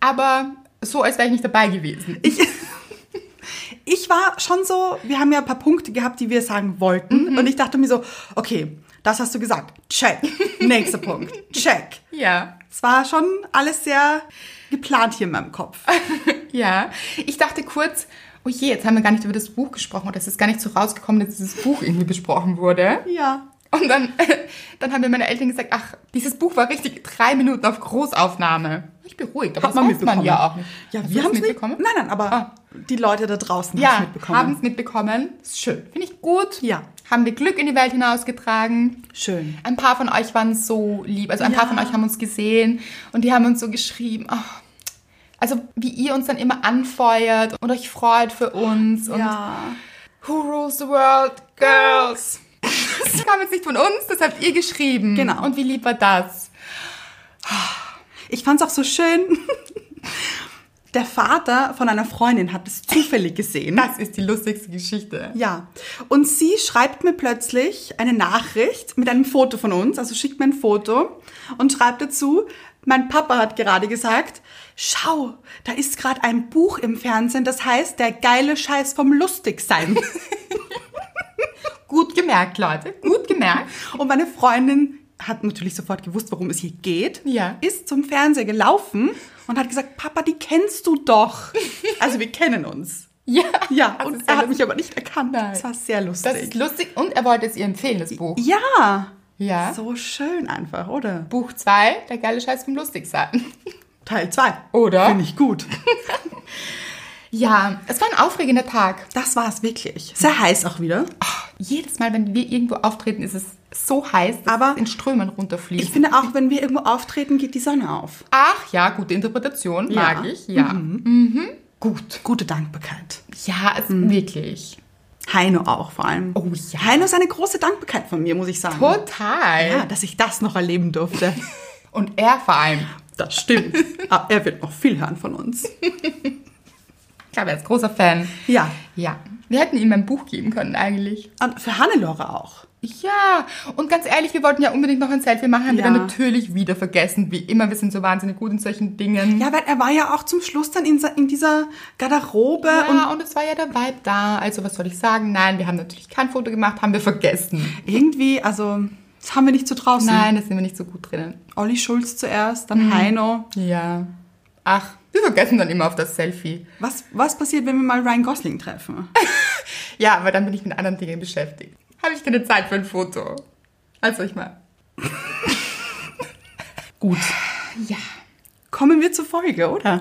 [SPEAKER 1] aber so, als wäre ich nicht dabei gewesen.
[SPEAKER 2] Ich, ich war schon so, wir haben ja ein paar Punkte gehabt, die wir sagen
[SPEAKER 1] Mhm.
[SPEAKER 2] wollten. Und ich dachte mir so, okay, das hast du gesagt. Check. Nächster Punkt. Check.
[SPEAKER 1] Ja.
[SPEAKER 2] Es war schon alles sehr geplant hier in meinem Kopf.
[SPEAKER 1] Ja. Ich dachte kurz, Oh je, jetzt haben wir gar nicht über das Buch gesprochen oder es ist gar nicht so rausgekommen, dass dieses Buch irgendwie besprochen wurde.
[SPEAKER 2] Ja.
[SPEAKER 1] Und dann, dann haben mir meine Eltern gesagt, ach, dieses Buch war richtig drei Minuten auf Großaufnahme. Ich beruhigt, aber
[SPEAKER 2] Hat
[SPEAKER 1] das
[SPEAKER 2] man
[SPEAKER 1] weiß man
[SPEAKER 2] mitbekommen.
[SPEAKER 1] ja auch nicht.
[SPEAKER 2] Ja,
[SPEAKER 1] Hast du
[SPEAKER 2] wir
[SPEAKER 1] das
[SPEAKER 2] haben es
[SPEAKER 1] mitbekommen.
[SPEAKER 2] mitbekommen. Nein, nein, aber
[SPEAKER 1] Ah.
[SPEAKER 2] die Leute da draußen
[SPEAKER 1] Ja,
[SPEAKER 2] haben es mitbekommen.
[SPEAKER 1] haben es mitbekommen. Ist schön. Finde ich gut.
[SPEAKER 2] Ja.
[SPEAKER 1] Haben wir Glück in die Welt hinausgetragen.
[SPEAKER 2] Schön.
[SPEAKER 1] Ein paar von euch waren so lieb. Also ein
[SPEAKER 2] Ja.
[SPEAKER 1] paar von euch haben uns gesehen und die haben uns so geschrieben. ach, also wie ihr uns dann immer anfeuert und euch freut für uns. Und
[SPEAKER 2] ja.
[SPEAKER 1] Who rules the world? Girls. Das kam jetzt nicht von uns, das habt ihr geschrieben.
[SPEAKER 2] Genau.
[SPEAKER 1] Und wie lieb war das?
[SPEAKER 2] Ich fand es auch so schön. Der Vater von einer Freundin hat es zufällig gesehen.
[SPEAKER 1] Das ist die lustigste Geschichte.
[SPEAKER 2] Ja. Und sie schreibt mir plötzlich eine Nachricht mit einem Foto von uns, also schickt mir ein Foto und schreibt dazu, mein Papa hat gerade gesagt, schau, da ist gerade ein Buch im Fernsehen, das heißt Der geile Scheiß vom Lustigsein.
[SPEAKER 1] Gut gemerkt, Leute. Gut gemerkt.
[SPEAKER 2] und meine Freundin hat natürlich sofort gewusst, worum es hier geht,
[SPEAKER 1] Ja.
[SPEAKER 2] ist zum Fernseher gelaufen und hat gesagt, Papa, die kennst du doch. Also wir kennen uns.
[SPEAKER 1] Ja.
[SPEAKER 2] Ja,
[SPEAKER 1] Das
[SPEAKER 2] und
[SPEAKER 1] ist ja
[SPEAKER 2] er hat
[SPEAKER 1] lustig.
[SPEAKER 2] mich aber nicht erkannt.
[SPEAKER 1] Nein.
[SPEAKER 2] Das war sehr lustig.
[SPEAKER 1] Das ist lustig und er wollte es ihr empfehlen, das Buch.
[SPEAKER 2] ja.
[SPEAKER 1] Ja.
[SPEAKER 2] So schön einfach, oder?
[SPEAKER 1] Buch 2, der geile Scheiß vom Lustigsein.
[SPEAKER 2] Teil 2.
[SPEAKER 1] Oder?
[SPEAKER 2] Finde ich gut.
[SPEAKER 1] Ja, es war ein aufregender Tag.
[SPEAKER 2] Das war es wirklich. Sehr heiß auch wieder.
[SPEAKER 1] Jedes Mal, wenn wir irgendwo auftreten, ist es so heiß, dass
[SPEAKER 2] Aber
[SPEAKER 1] es in Strömen
[SPEAKER 2] Ich
[SPEAKER 1] runterfließt.
[SPEAKER 2] finde auch, wenn wir irgendwo auftreten, geht die Sonne auf.
[SPEAKER 1] Ach ja, gute Interpretation,
[SPEAKER 2] Ja.
[SPEAKER 1] mag ich. Ja, Mhm.
[SPEAKER 2] Gut. Gute Dankbarkeit.
[SPEAKER 1] ja es, wirklich.
[SPEAKER 2] Heino auch vor allem.
[SPEAKER 1] Oh ja.
[SPEAKER 2] Heino ist eine große Dankbarkeit von mir, muss ich sagen.
[SPEAKER 1] Total.
[SPEAKER 2] Ja, dass ich das noch erleben durfte.
[SPEAKER 1] Und er vor allem.
[SPEAKER 2] Das stimmt. Aber er wird noch viel hören von uns.
[SPEAKER 1] Ich glaube, er ist großer Fan.
[SPEAKER 2] Ja.
[SPEAKER 1] Ja. Wir hätten ihm ein Buch geben können eigentlich.
[SPEAKER 2] Und für Hannelore auch.
[SPEAKER 1] Ja, und ganz ehrlich, wir wollten ja unbedingt noch ein Selfie machen, haben
[SPEAKER 2] Ja.
[SPEAKER 1] wir dann natürlich wieder vergessen. Wie immer, wir sind so wahnsinnig gut in solchen Dingen.
[SPEAKER 2] Ja, weil er war ja auch zum Schluss dann in, se- in dieser Garderobe und
[SPEAKER 1] Ja, und es war ja der Vibe da. Also, was soll ich sagen? Nein, wir haben natürlich kein Foto gemacht, haben wir vergessen.
[SPEAKER 2] irgendwie, also, das haben wir nicht so draußen.
[SPEAKER 1] Nein, da sind wir nicht so gut drinnen.
[SPEAKER 2] Olli Schulz zuerst, dann Heino.
[SPEAKER 1] Ja. Ach, wir vergessen dann immer auf das Selfie.
[SPEAKER 2] Was, was passiert, wenn wir mal Ryan Gosling treffen?
[SPEAKER 1] Ja, aber dann bin ich mit anderen Dingen beschäftigt. Habe ich keine Zeit für ein Foto? Also, ich mal.
[SPEAKER 2] Gut.
[SPEAKER 1] Ja.
[SPEAKER 2] Kommen wir zur Folge, oder?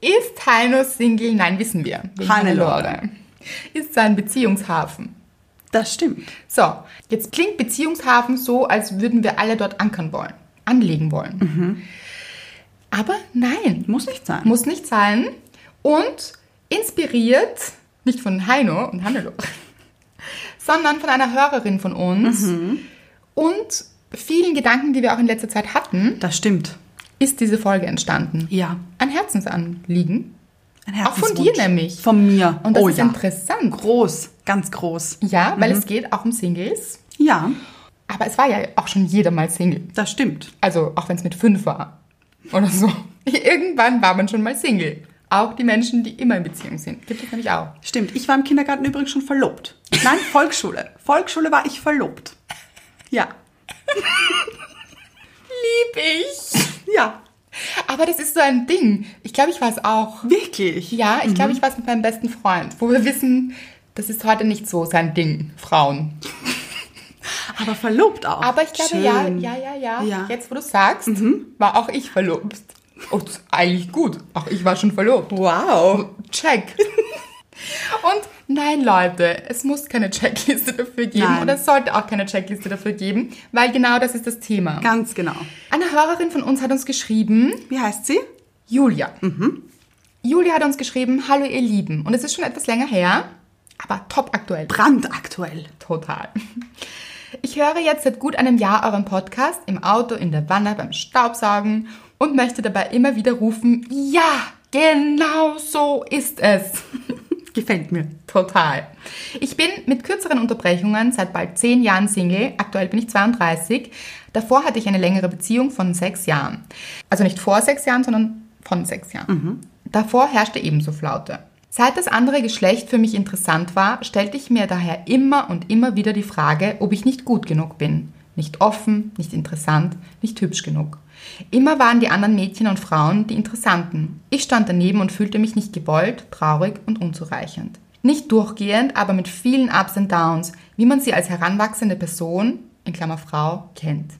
[SPEAKER 1] Ist Heino Single? Nein, wissen wir. Wegen
[SPEAKER 2] Hannelore.
[SPEAKER 1] Hannelore. Ist sein Beziehungshafen.
[SPEAKER 2] Das stimmt.
[SPEAKER 1] So, jetzt klingt Beziehungshafen so, als würden wir alle dort ankern wollen, anlegen wollen. Aber nein,
[SPEAKER 2] Muss nicht sein.
[SPEAKER 1] muss nicht sein. Und inspiriert, nicht von Heino und Hannelore, sondern von einer Hörerin von uns und vielen Gedanken, die wir auch in letzter Zeit hatten,
[SPEAKER 2] das stimmt.
[SPEAKER 1] ist diese Folge entstanden.
[SPEAKER 2] Ja.
[SPEAKER 1] Ein Herzensanliegen.
[SPEAKER 2] Ein
[SPEAKER 1] Auch von
[SPEAKER 2] Herzenswunsch.
[SPEAKER 1] dir nämlich.
[SPEAKER 2] Von mir.
[SPEAKER 1] Und das
[SPEAKER 2] oh
[SPEAKER 1] ist
[SPEAKER 2] ja. Mhm.
[SPEAKER 1] interessant.
[SPEAKER 2] Groß, ganz groß.
[SPEAKER 1] Ja, weil es geht auch um Singles.
[SPEAKER 2] Ja,
[SPEAKER 1] Aber es war ja auch schon jeder mal Single.
[SPEAKER 2] das stimmt.
[SPEAKER 1] Also auch wenn es mit fünf war oder so. Irgendwann war man schon mal Single. Auch die Menschen, die immer in Beziehung sind. Gibt es nämlich auch.
[SPEAKER 2] Stimmt. Ich war im Kindergarten übrigens schon verlobt. Nein, Volksschule. Volksschule war ich verlobt. Ja.
[SPEAKER 1] Lieb ich.
[SPEAKER 2] Ja.
[SPEAKER 1] Aber das ist so ein Ding. Ich glaube, ich war es auch.
[SPEAKER 2] Wirklich. Mhm.
[SPEAKER 1] Ja, ich glaube, ich war es mit meinem besten Freund, wo wir wissen, das ist heute nicht so sein Ding, Frauen.
[SPEAKER 2] Aber verlobt auch.
[SPEAKER 1] Aber ich glaube,
[SPEAKER 2] Schön.
[SPEAKER 1] ja, ja, ja, ja,
[SPEAKER 2] Ja. Mhm.
[SPEAKER 1] Jetzt, wo du sagst, war auch ich verlobt. Und eigentlich gut. Auch ich war schon verlobt.
[SPEAKER 2] Wow.
[SPEAKER 1] Check. Und nein, Leute, es muss keine Checkliste dafür geben
[SPEAKER 2] Nein.
[SPEAKER 1] oder es sollte auch keine Checkliste dafür geben, weil genau das ist das Thema.
[SPEAKER 2] Ganz genau.
[SPEAKER 1] Eine Hörerin von uns hat uns geschrieben,
[SPEAKER 2] Wie heißt sie?
[SPEAKER 1] Julia.
[SPEAKER 2] Mhm.
[SPEAKER 1] Julia hat uns geschrieben, hallo ihr Lieben. Und es ist schon etwas länger her, aber top aktuell.
[SPEAKER 2] Brandaktuell.
[SPEAKER 1] Total. Ich höre jetzt seit gut einem Jahr euren Podcast im Auto, in der Wanne, beim Staubsaugen und möchte dabei immer wieder rufen, ja, genau so ist es.
[SPEAKER 2] Gefällt mir.
[SPEAKER 1] Total. Ich bin mit kürzeren Unterbrechungen seit bald zehn Jahren Single. Aktuell bin ich 32. Davor hatte ich eine längere Beziehung von sechs Jahren. Also nicht vor sechs Jahren, sondern von sechs Jahren. Davor herrschte ebenso Flaute. Seit das andere Geschlecht für mich interessant war, stellte ich mir daher immer und immer wieder die Frage, ob ich nicht gut genug bin. Nicht offen, nicht interessant, nicht hübsch genug. Immer waren die anderen Mädchen und Frauen die Interessanten. Ich stand daneben und fühlte mich nicht gewollt, traurig und unzureichend. Nicht durchgehend, aber mit vielen Ups und Downs, wie man sie als heranwachsende Person, in Klammer Frau, kennt.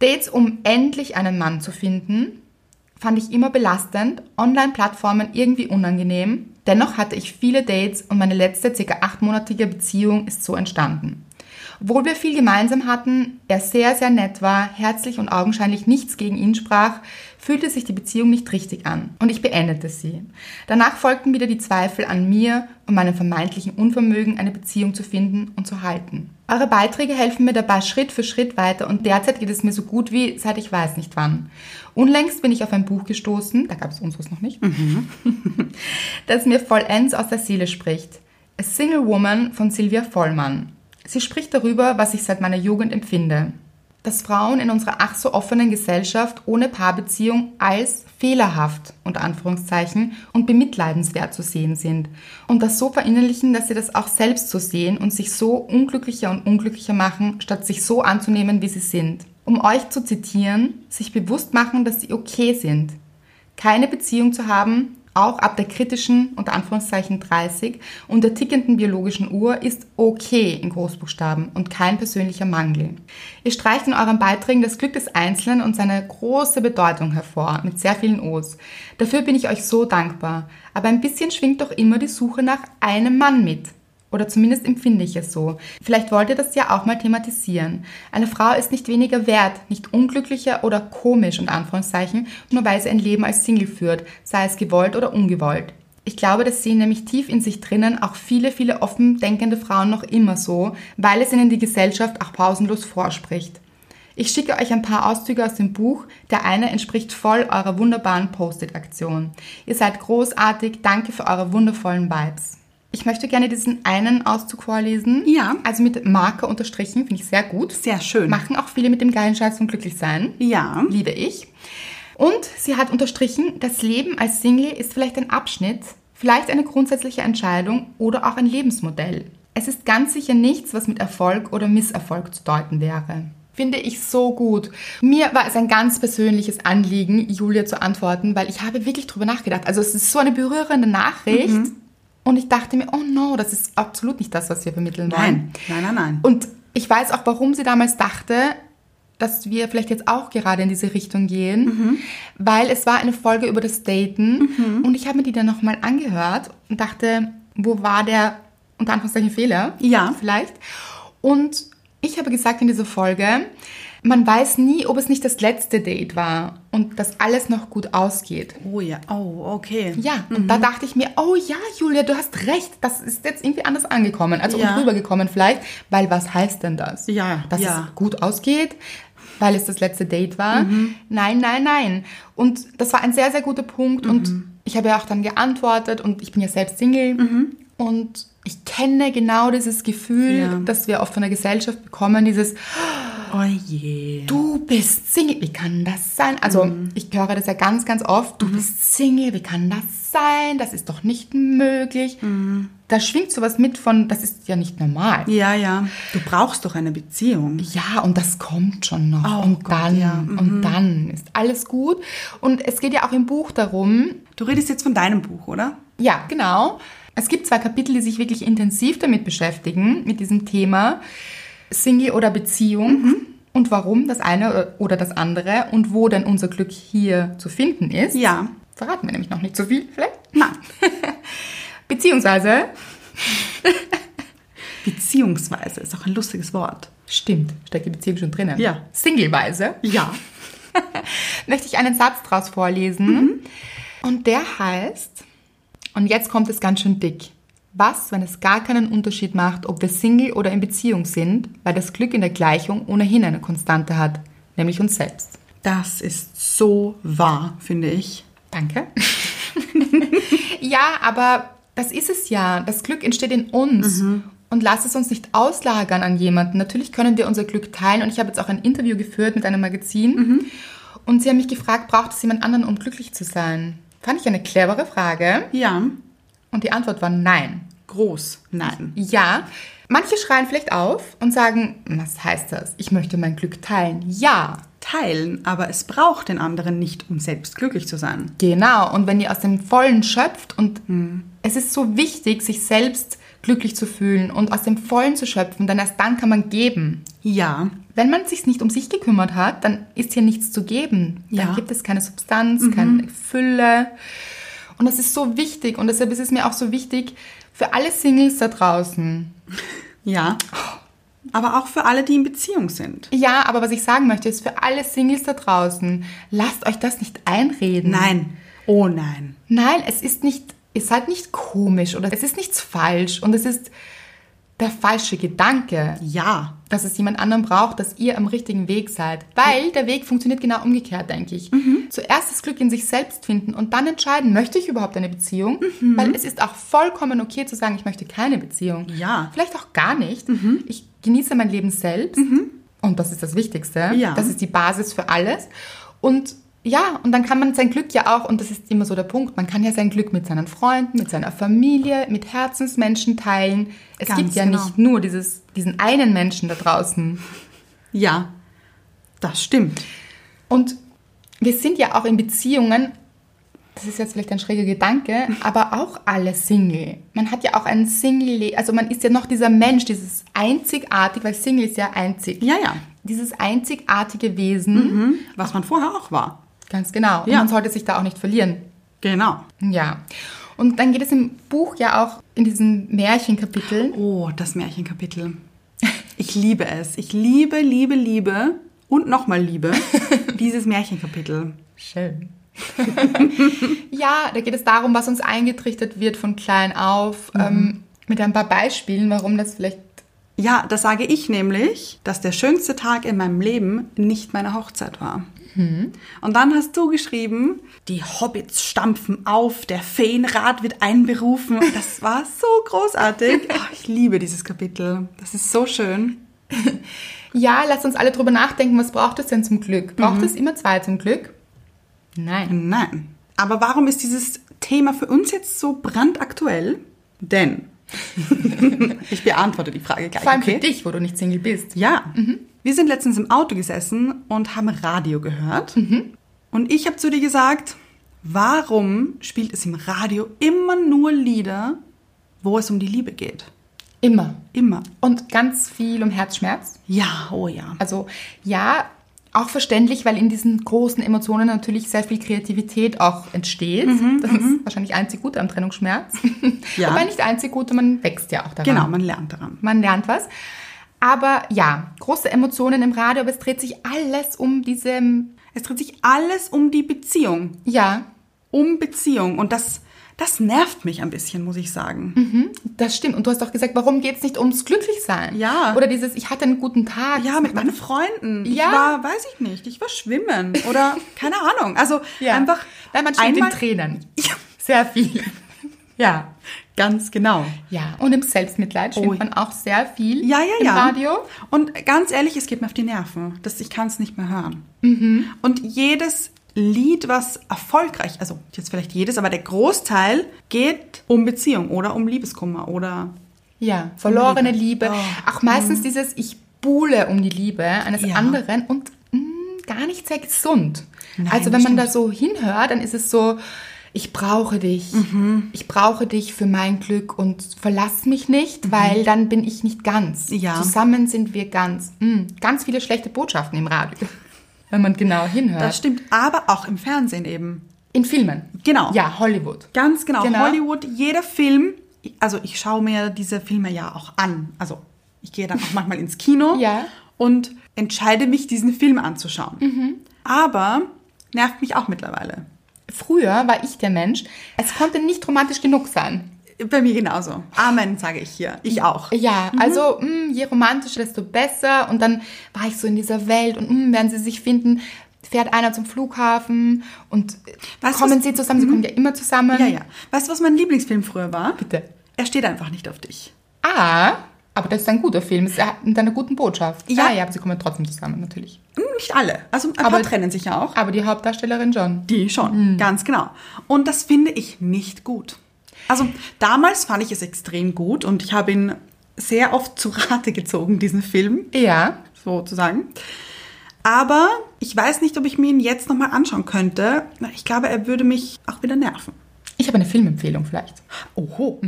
[SPEAKER 1] Dates, um endlich einen Mann zu finden, fand ich immer belastend, Online-Plattformen irgendwie unangenehm. Dennoch hatte ich viele Dates und meine letzte ca. achtmonatige Beziehung ist so entstanden. Obwohl wir viel gemeinsam hatten, er sehr, sehr nett war, herzlich und augenscheinlich nichts gegen ihn sprach, fühlte sich die Beziehung nicht richtig an und ich beendete sie. Danach folgten wieder die Zweifel an mir und meinem vermeintlichen Unvermögen, eine Beziehung zu finden und zu halten. Eure Beiträge helfen mir dabei Schritt für Schritt weiter und derzeit geht es mir so gut wie seit ich weiß nicht wann. Unlängst bin ich auf ein Buch gestoßen, da gab es unseres noch nicht, das mir vollends aus der Seele spricht. A Single Woman von Sylvia Vollmann. Sie spricht darüber, was ich seit meiner Jugend empfinde. Dass Frauen in unserer ach so offenen Gesellschaft ohne Paarbeziehung als fehlerhaft unter Anführungszeichen und bemitleidenswert zu sehen sind und das so verinnerlichen, dass sie das auch selbst so sehen und sich so unglücklicher und unglücklicher machen, statt sich so anzunehmen, wie sie sind. Um euch zu zitieren, sich bewusst machen, dass sie okay sind. Keine Beziehung zu haben, auch ab der kritischen, unter Anführungszeichen 30, und der tickenden biologischen Uhr ist okay in Großbuchstaben und kein persönlicher Mangel. Ihr streicht in euren Beiträgen das Glück des Einzelnen und seine große Bedeutung hervor, mit sehr vielen O's. Dafür bin ich euch so dankbar. Aber ein bisschen schwingt doch immer die Suche nach einem Mann mit. Oder zumindest empfinde ich es so. Vielleicht wollt ihr das ja auch mal thematisieren. Eine Frau ist nicht weniger wert, nicht unglücklicher oder komisch und Anführungszeichen, nur weil sie ein Leben als Single führt, sei es gewollt oder ungewollt. Ich glaube, das sehen nämlich tief in sich drinnen auch viele, viele offen denkende Frauen noch immer so, weil es ihnen die Gesellschaft auch pausenlos vorspricht. Ich schicke euch ein paar Auszüge aus dem Buch. Der eine entspricht voll eurer wunderbaren Post-it-Aktion. Ihr seid großartig. Danke für eure wundervollen Vibes. Ich möchte gerne diesen einen Auszug vorlesen.
[SPEAKER 2] Ja.
[SPEAKER 1] Also mit Marker unterstrichen, finde ich sehr gut.
[SPEAKER 2] Sehr schön.
[SPEAKER 1] Machen auch viele mit dem geilen Scheiß und glücklich sein.
[SPEAKER 2] Ja.
[SPEAKER 1] Liebe ich. Und sie hat unterstrichen, das Leben als Single ist vielleicht ein Abschnitt, vielleicht eine grundsätzliche Entscheidung oder auch ein Lebensmodell. Es ist ganz sicher nichts, was mit Erfolg oder Misserfolg zu deuten wäre. Finde ich so gut. Mir war es ein ganz persönliches Anliegen, Julia zu antworten, weil ich habe wirklich drüber nachgedacht. Also es ist so eine berührende Nachricht. Und ich dachte mir, oh no, das ist absolut nicht das, was wir vermitteln wollen.
[SPEAKER 2] Nein, nein, nein, nein.
[SPEAKER 1] Und ich weiß auch, warum sie damals dachte, dass wir vielleicht jetzt auch gerade in diese Richtung gehen, weil es war eine Folge über das Daten und ich habe mir die dann nochmal angehört und dachte, wo war der unter Anführungszeichen Fehler?
[SPEAKER 2] Ja.
[SPEAKER 1] Vielleicht. Und ich habe gesagt in dieser Folge, man weiß nie, ob es nicht das letzte Date war und dass alles noch gut ausgeht.
[SPEAKER 2] Oh ja. Oh, okay.
[SPEAKER 1] Ja, und
[SPEAKER 2] Mhm.
[SPEAKER 1] da dachte ich mir, oh ja, Julia, du hast recht, das ist jetzt irgendwie anders angekommen, also
[SPEAKER 2] Ja.
[SPEAKER 1] und rübergekommen vielleicht, weil was heißt denn das?
[SPEAKER 2] Ja,
[SPEAKER 1] Dass
[SPEAKER 2] ja.
[SPEAKER 1] es gut ausgeht, weil es das letzte Date war?
[SPEAKER 2] Mhm.
[SPEAKER 1] Nein, nein, nein. Und das war ein sehr, sehr guter Punkt
[SPEAKER 2] Mhm.
[SPEAKER 1] und ich habe ja auch dann geantwortet und ich bin ja selbst Single
[SPEAKER 2] Mhm.
[SPEAKER 1] und ich kenne genau dieses Gefühl,
[SPEAKER 2] Ja.
[SPEAKER 1] das wir oft von der Gesellschaft bekommen, dieses
[SPEAKER 2] Oh je.
[SPEAKER 1] du bist Single, wie kann das sein? Also
[SPEAKER 2] Mhm.
[SPEAKER 1] ich höre das ja ganz, ganz oft, du bist Single, wie kann das sein? Das ist doch nicht möglich. Da schwingt sowas mit von, das ist ja nicht normal.
[SPEAKER 2] Mhm. Ja, ja. Du brauchst doch eine Beziehung.
[SPEAKER 1] Ja, und das kommt schon noch.
[SPEAKER 2] Oh
[SPEAKER 1] und
[SPEAKER 2] Gott,
[SPEAKER 1] dann,
[SPEAKER 2] ja. Mhm.
[SPEAKER 1] und dann ist alles gut. Und es geht ja auch im Buch darum,
[SPEAKER 2] Du redest jetzt von deinem Buch, oder?
[SPEAKER 1] ja, genau. Es gibt zwei Kapitel, die sich wirklich intensiv damit beschäftigen, mit diesem Thema Single oder Beziehung
[SPEAKER 2] Mhm.
[SPEAKER 1] und warum das eine oder das andere und wo denn unser Glück hier zu finden ist.
[SPEAKER 2] Ja.
[SPEAKER 1] Verraten wir nämlich noch nicht so viel, vielleicht.
[SPEAKER 2] Nein.
[SPEAKER 1] Beziehungsweise,
[SPEAKER 2] Beziehungsweise ist auch ein lustiges Wort.
[SPEAKER 1] stimmt, steckt die Beziehung schon drinnen.
[SPEAKER 2] Ja.
[SPEAKER 1] Singleweise
[SPEAKER 2] Ja.
[SPEAKER 1] möchte ich einen Satz draus vorlesen. Und der heißt, und jetzt kommt es ganz schön dick. Was, wenn es gar keinen Unterschied macht, ob wir Single oder in Beziehung sind, weil das Glück in der Gleichung ohnehin eine Konstante hat, nämlich uns selbst.
[SPEAKER 2] Das ist so wahr, finde ich.
[SPEAKER 1] Danke. ja, aber das ist es ja. Das Glück entsteht in uns. Und lass es uns nicht auslagern an jemanden. Natürlich können wir unser Glück teilen. Und ich habe jetzt auch ein Interview geführt mit einem Magazin. Und sie haben mich gefragt, braucht es jemand anderen, um glücklich zu sein? Fand ich eine clevere Frage.
[SPEAKER 2] Ja.
[SPEAKER 1] Und die Antwort war nein.
[SPEAKER 2] groß. Nein.
[SPEAKER 1] Ja. Manche schreien vielleicht auf und sagen, was heißt das? Ich möchte mein Glück teilen. Ja.
[SPEAKER 2] Teilen, aber es braucht den anderen nicht, um selbst glücklich zu sein.
[SPEAKER 1] Genau. Und wenn ihr aus dem Vollen schöpft und
[SPEAKER 2] Mhm.
[SPEAKER 1] es ist so wichtig, sich selbst glücklich zu fühlen und aus dem Vollen zu schöpfen, denn erst dann kann man geben.
[SPEAKER 2] Ja.
[SPEAKER 1] Wenn man sich nicht um sich gekümmert hat, dann ist hier nichts zu geben.
[SPEAKER 2] Ja. Mhm.
[SPEAKER 1] Dann gibt es keine Substanz, keine Fülle. Und das ist so wichtig und deshalb ist es mir auch so wichtig für alle Singles da draußen.
[SPEAKER 2] Ja. Aber auch für alle, die in Beziehung sind.
[SPEAKER 1] Ja, aber was ich sagen möchte, ist für alle Singles da draußen, lasst euch das nicht einreden.
[SPEAKER 2] Nein. Oh nein.
[SPEAKER 1] Nein, es ist nicht, ihr seid nicht komisch oder es ist nichts falsch und es ist der falsche Gedanke,
[SPEAKER 2] Ja.
[SPEAKER 1] dass es jemand anderen braucht, dass ihr am richtigen Weg seid. Weil der Weg funktioniert genau umgekehrt, denke ich.
[SPEAKER 2] Mhm.
[SPEAKER 1] Zuerst das Glück in sich selbst finden und dann entscheiden, möchte ich überhaupt eine Beziehung?
[SPEAKER 2] Mhm.
[SPEAKER 1] Weil es ist auch vollkommen okay zu sagen, ich möchte keine Beziehung.
[SPEAKER 2] Ja. Mhm.
[SPEAKER 1] Vielleicht auch gar nicht. Ich genieße mein Leben selbst. Und das ist das Wichtigste.
[SPEAKER 2] Ja.
[SPEAKER 1] Das ist die Basis für alles. Und ja, und dann kann man sein Glück ja auch, und das ist immer so der Punkt, man kann ja sein Glück mit seinen Freunden, mit seiner Familie, mit Herzensmenschen teilen. Es
[SPEAKER 2] Ganz
[SPEAKER 1] gibt ja
[SPEAKER 2] genau.
[SPEAKER 1] nicht nur dieses, diesen einen Menschen da draußen.
[SPEAKER 2] Ja. Das stimmt.
[SPEAKER 1] Und wir sind ja auch in Beziehungen, das ist jetzt vielleicht ein schräger Gedanke, aber auch alle Single. Man hat ja auch einen Single, also man ist ja noch dieser Mensch, dieses einzigartig, weil Single ist ja einzig.
[SPEAKER 2] Ja, ja.
[SPEAKER 1] Dieses einzigartige Wesen,
[SPEAKER 2] Hm? Was man vorher auch war.
[SPEAKER 1] ganz genau. Und
[SPEAKER 2] Ja.
[SPEAKER 1] man sollte sich da auch nicht verlieren.
[SPEAKER 2] Genau.
[SPEAKER 1] Ja. Und dann geht es im Buch ja auch in diesen Märchenkapiteln.
[SPEAKER 2] Oh, das Märchenkapitel. Ich liebe es. Ich liebe, liebe, liebe und nochmal liebe dieses Märchenkapitel.
[SPEAKER 1] Schön. ja, da geht es darum, was uns eingetrichtert wird von klein auf.
[SPEAKER 2] Mhm.
[SPEAKER 1] Ähm, mit ein paar Beispielen, warum das vielleicht
[SPEAKER 2] Ja, das sage ich nämlich, dass der schönste Tag in meinem Leben nicht meine Hochzeit war.
[SPEAKER 1] Hm.
[SPEAKER 2] Und dann hast du geschrieben, die Hobbits stampfen auf, der Feenrat wird einberufen. Das war so großartig. Oh, ich liebe dieses Kapitel. Das ist so schön.
[SPEAKER 1] Ja, lasst uns alle drüber nachdenken, was braucht es denn zum Glück?
[SPEAKER 2] Mhm.
[SPEAKER 1] Braucht es immer zwei zum Glück? Nein.
[SPEAKER 2] Nein. Aber warum ist dieses Thema für uns jetzt so brandaktuell? Denn ich beantworte die Frage gleich.
[SPEAKER 1] Vor allem
[SPEAKER 2] okay?
[SPEAKER 1] für dich, wo du nicht Single bist.
[SPEAKER 2] Ja. Wir sind letztens im Auto gesessen und haben Radio gehört. Und ich habe zu dir gesagt, warum spielt es im Radio immer nur Lieder, wo es um die Liebe geht?
[SPEAKER 1] Immer.
[SPEAKER 2] Immer.
[SPEAKER 1] Und ganz viel um Herzschmerz.
[SPEAKER 2] Ja, oh ja.
[SPEAKER 1] Also ja, auch verständlich, weil in diesen großen Emotionen natürlich sehr viel Kreativität auch entsteht. das ist wahrscheinlich einzig gut am Trennungsschmerz.
[SPEAKER 2] Mhm, Ja.
[SPEAKER 1] Aber nicht einzig gut, man wächst ja auch daran.
[SPEAKER 2] Genau, man lernt daran.
[SPEAKER 1] Man lernt was. Aber ja, große Emotionen im Radio, aber es dreht sich alles um diese,
[SPEAKER 2] Es dreht sich alles um die Beziehung.
[SPEAKER 1] ja,
[SPEAKER 2] Um Beziehung. Und das, das nervt mich ein bisschen, muss ich sagen.
[SPEAKER 1] Das stimmt. Und du hast auch gesagt, warum geht's nicht ums Glücklichsein?
[SPEAKER 2] Ja.
[SPEAKER 1] Oder dieses, ich hatte einen guten Tag.
[SPEAKER 2] Ja, mit meinen Freunden.
[SPEAKER 1] Ja.
[SPEAKER 2] Ich war, weiß ich nicht, ich war schwimmen oder keine Ahnung. Also
[SPEAKER 1] ja.
[SPEAKER 2] einfach
[SPEAKER 1] Nein, man steht in
[SPEAKER 2] einmal-
[SPEAKER 1] Tränen.
[SPEAKER 2] Ja,
[SPEAKER 1] Sehr viel. ja.
[SPEAKER 2] ganz genau.
[SPEAKER 1] Ja. Und im Selbstmitleid
[SPEAKER 2] Oh.
[SPEAKER 1] schwimmt man auch sehr viel
[SPEAKER 2] Ja, ja,
[SPEAKER 1] im
[SPEAKER 2] ja.
[SPEAKER 1] Radio.
[SPEAKER 2] Und ganz ehrlich, es geht mir auf die Nerven. Das, ich kann es nicht mehr hören.
[SPEAKER 1] Mhm.
[SPEAKER 2] Und jedes Lied, was erfolgreich, also jetzt vielleicht jedes, aber der Großteil geht um Beziehung oder um Liebeskummer oder
[SPEAKER 1] Ja. Verlorene Liebe.
[SPEAKER 2] Oh.
[SPEAKER 1] Auch meistens dieses, ich buhle um die Liebe eines
[SPEAKER 2] Ja.
[SPEAKER 1] anderen und mh, gar nicht sehr gesund.
[SPEAKER 2] Nein,
[SPEAKER 1] also wenn man
[SPEAKER 2] stimmt.
[SPEAKER 1] da so hinhört, dann ist es so, ich brauche dich.
[SPEAKER 2] Mhm.
[SPEAKER 1] Ich brauche dich für mein Glück und verlass mich nicht, weil dann bin ich nicht ganz.
[SPEAKER 2] Mhm. Ja.
[SPEAKER 1] Zusammen sind wir ganz. Mm, ganz viele schlechte Botschaften im Radio, wenn man genau hinhört.
[SPEAKER 2] das stimmt, aber auch im Fernsehen eben.
[SPEAKER 1] In Filmen.
[SPEAKER 2] Genau.
[SPEAKER 1] Ja, Hollywood.
[SPEAKER 2] Ganz genau.
[SPEAKER 1] Genau.
[SPEAKER 2] Hollywood, jeder Film, also ich schaue mir diese Filme ja auch an. Also ich gehe dann auch manchmal ins Kino
[SPEAKER 1] Ja.
[SPEAKER 2] und entscheide mich, diesen Film anzuschauen.
[SPEAKER 1] Mhm.
[SPEAKER 2] Aber nervt mich auch mittlerweile.
[SPEAKER 1] Früher war ich der Mensch, es konnte nicht romantisch genug sein.
[SPEAKER 2] Bei mir genauso. Amen, sage ich hier. Ich auch.
[SPEAKER 1] Ja, also mh, je romantischer, desto besser. Und dann war ich so in dieser Welt und mh, werden sie sich finden, fährt einer zum Flughafen und äh,
[SPEAKER 2] Weißt du,
[SPEAKER 1] kommen
[SPEAKER 2] was- Mhm.
[SPEAKER 1] sie zusammen, sie kommen ja immer zusammen.
[SPEAKER 2] Ja, ja. Weißt du, was mein Lieblingsfilm früher war?
[SPEAKER 1] Bitte.
[SPEAKER 2] Er steht einfach nicht auf dich.
[SPEAKER 1] Ah, aber das ist ein guter Film, ist ja mit einer guten Botschaft.
[SPEAKER 2] Ja.
[SPEAKER 1] Ah, ja, aber sie kommen trotzdem zusammen, natürlich.
[SPEAKER 2] Hm, Nicht alle. Also ein
[SPEAKER 1] Aber- Ah.
[SPEAKER 2] paar trennen sich ja auch.
[SPEAKER 1] Aber die Hauptdarstellerin schon.
[SPEAKER 2] Die schon, ganz genau. Und das finde ich nicht gut. Also damals fand ich es extrem gut und ich habe ihn sehr oft zu Rate gezogen, diesen Film,
[SPEAKER 1] Ja.
[SPEAKER 2] sozusagen. Aber ich weiß nicht, ob ich mir ihn jetzt nochmal anschauen könnte. Ich glaube, er würde mich auch wieder nerven.
[SPEAKER 1] Ich habe eine Filmempfehlung vielleicht.
[SPEAKER 2] Oho,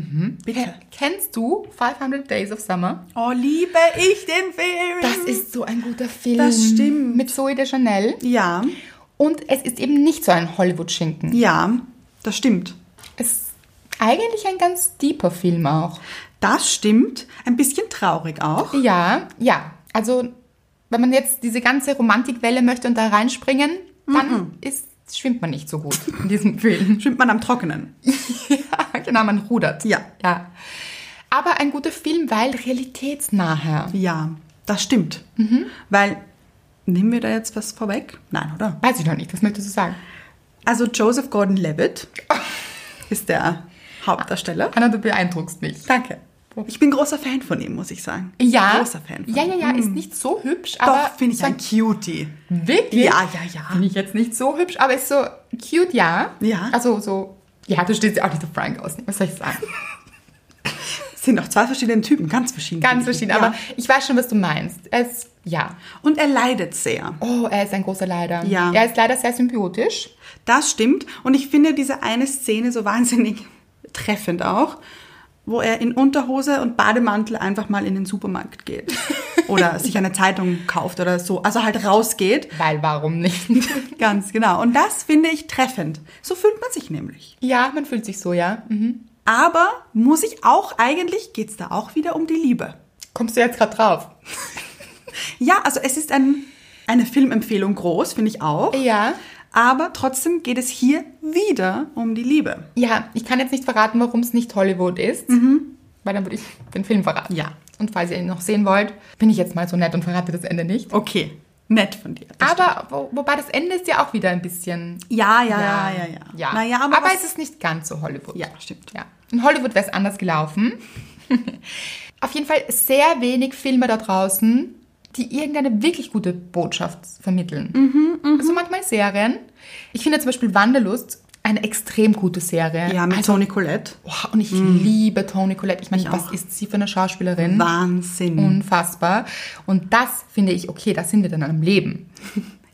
[SPEAKER 2] bitte.
[SPEAKER 1] Ke- Kennst du 500 Days of Summer?
[SPEAKER 2] Oh, liebe ich den Film.
[SPEAKER 1] Das ist so ein guter Film.
[SPEAKER 2] Mhm. Das stimmt.
[SPEAKER 1] Mit Zoe de Chanel.
[SPEAKER 2] Ja,
[SPEAKER 1] Und es ist eben nicht so ein Hollywood-Schinken.
[SPEAKER 2] ja, das stimmt.
[SPEAKER 1] Es ist eigentlich ein ganz deeper Film auch.
[SPEAKER 2] Das stimmt. Ein bisschen traurig auch.
[SPEAKER 1] Ja, ja. Also, wenn man jetzt diese ganze Romantikwelle möchte und da reinspringen, dann
[SPEAKER 2] Mhm.
[SPEAKER 1] ist, schwimmt man nicht so gut in diesem Film.
[SPEAKER 2] Schwimmt man am Trockenen.
[SPEAKER 1] ja, genau, man rudert.
[SPEAKER 2] Ja.
[SPEAKER 1] ja. Aber ein guter Film, weil realitätsnaher.
[SPEAKER 2] Ja, das stimmt.
[SPEAKER 1] Mhm.
[SPEAKER 2] Weil, nehmen wir da jetzt was vorweg? Nein, oder?
[SPEAKER 1] Weiß ich noch nicht, was möchtest du sagen?
[SPEAKER 2] Also Joseph Gordon-Levitt ist der Hauptdarsteller.
[SPEAKER 1] Anna, du beeindruckst mich.
[SPEAKER 2] Danke. Ich bin großer Fan von ihm, muss ich sagen.
[SPEAKER 1] Ja.
[SPEAKER 2] Großer Fan. Von
[SPEAKER 1] Ja,
[SPEAKER 2] ihm.
[SPEAKER 1] ja, ja, ist nicht so hübsch, aber.
[SPEAKER 2] Doch, finde ich
[SPEAKER 1] so-
[SPEAKER 2] ein Cutie.
[SPEAKER 1] Wirklich?
[SPEAKER 2] Ja, ja, ja.
[SPEAKER 1] Finde ich jetzt nicht so hübsch, aber ist so cute, ja.
[SPEAKER 2] Ja.
[SPEAKER 1] Also so. Ja, du stehst ja auch nicht auf Frank aus. Was soll ich sagen?
[SPEAKER 2] Sind auch zwei verschiedene Typen, ganz verschieden.
[SPEAKER 1] Ganz
[SPEAKER 2] finde ich.
[SPEAKER 1] verschieden, aber ich weiß schon, was du meinst. Es, ja.
[SPEAKER 2] Und er leidet sehr.
[SPEAKER 1] Oh, er ist ein großer Leider.
[SPEAKER 2] Ja.
[SPEAKER 1] Er ist leider sehr symbiotisch.
[SPEAKER 2] Das stimmt. Und ich finde diese eine Szene so wahnsinnig treffend auch, wo er in Unterhose und Bademantel einfach mal in den Supermarkt geht. Oder sich eine Zeitung kauft oder so. Also halt rausgeht.
[SPEAKER 1] Weil, warum nicht?
[SPEAKER 2] Ganz genau. Und das finde ich treffend. So fühlt man sich nämlich.
[SPEAKER 1] ja, man fühlt sich so, ja. Mhm.
[SPEAKER 2] Aber muss ich auch eigentlich, geht's da auch wieder um die Liebe.
[SPEAKER 1] Kommst du jetzt gerade drauf?
[SPEAKER 2] Ja, also es ist ein, eine Filmempfehlung groß, finde ich auch.
[SPEAKER 1] Ja.
[SPEAKER 2] Aber trotzdem geht es hier wieder um die Liebe.
[SPEAKER 1] Ja, ich kann jetzt nicht verraten, warum es nicht Hollywood ist. Weil dann würde ich den Film verraten.
[SPEAKER 2] Mhm. Ja.
[SPEAKER 1] Und falls ihr ihn noch sehen wollt, bin ich jetzt mal so nett und verrate das Ende nicht.
[SPEAKER 2] Okay, nett von dir. Das
[SPEAKER 1] aber wo, wobei das Ende ist ja auch wieder ein bisschen.
[SPEAKER 2] Ja, ja, ja, ja, ja.
[SPEAKER 1] Ähm, ja.
[SPEAKER 2] Naja,
[SPEAKER 1] aber
[SPEAKER 2] aber, was-
[SPEAKER 1] es ist nicht ganz so Hollywood.
[SPEAKER 2] Ja, stimmt.
[SPEAKER 1] Ja. In Hollywood wäre es anders gelaufen. Auf jeden Fall sehr wenig Filme da draußen, die irgendeine wirklich gute Botschaft vermitteln.
[SPEAKER 2] Mhm,
[SPEAKER 1] also manchmal Serien. Ich finde zum Beispiel Wanderlust eine extrem gute Serie.
[SPEAKER 2] Ja, mit
[SPEAKER 1] also,
[SPEAKER 2] Toni Colette.
[SPEAKER 1] wow, und ich liebe Toni Collette. Ich meine,
[SPEAKER 2] Ich
[SPEAKER 1] was
[SPEAKER 2] auch.
[SPEAKER 1] ist sie für eine Schauspielerin?
[SPEAKER 2] Wahnsinn.
[SPEAKER 1] Unfassbar. Und das finde ich okay, da sind wir dann am Leben.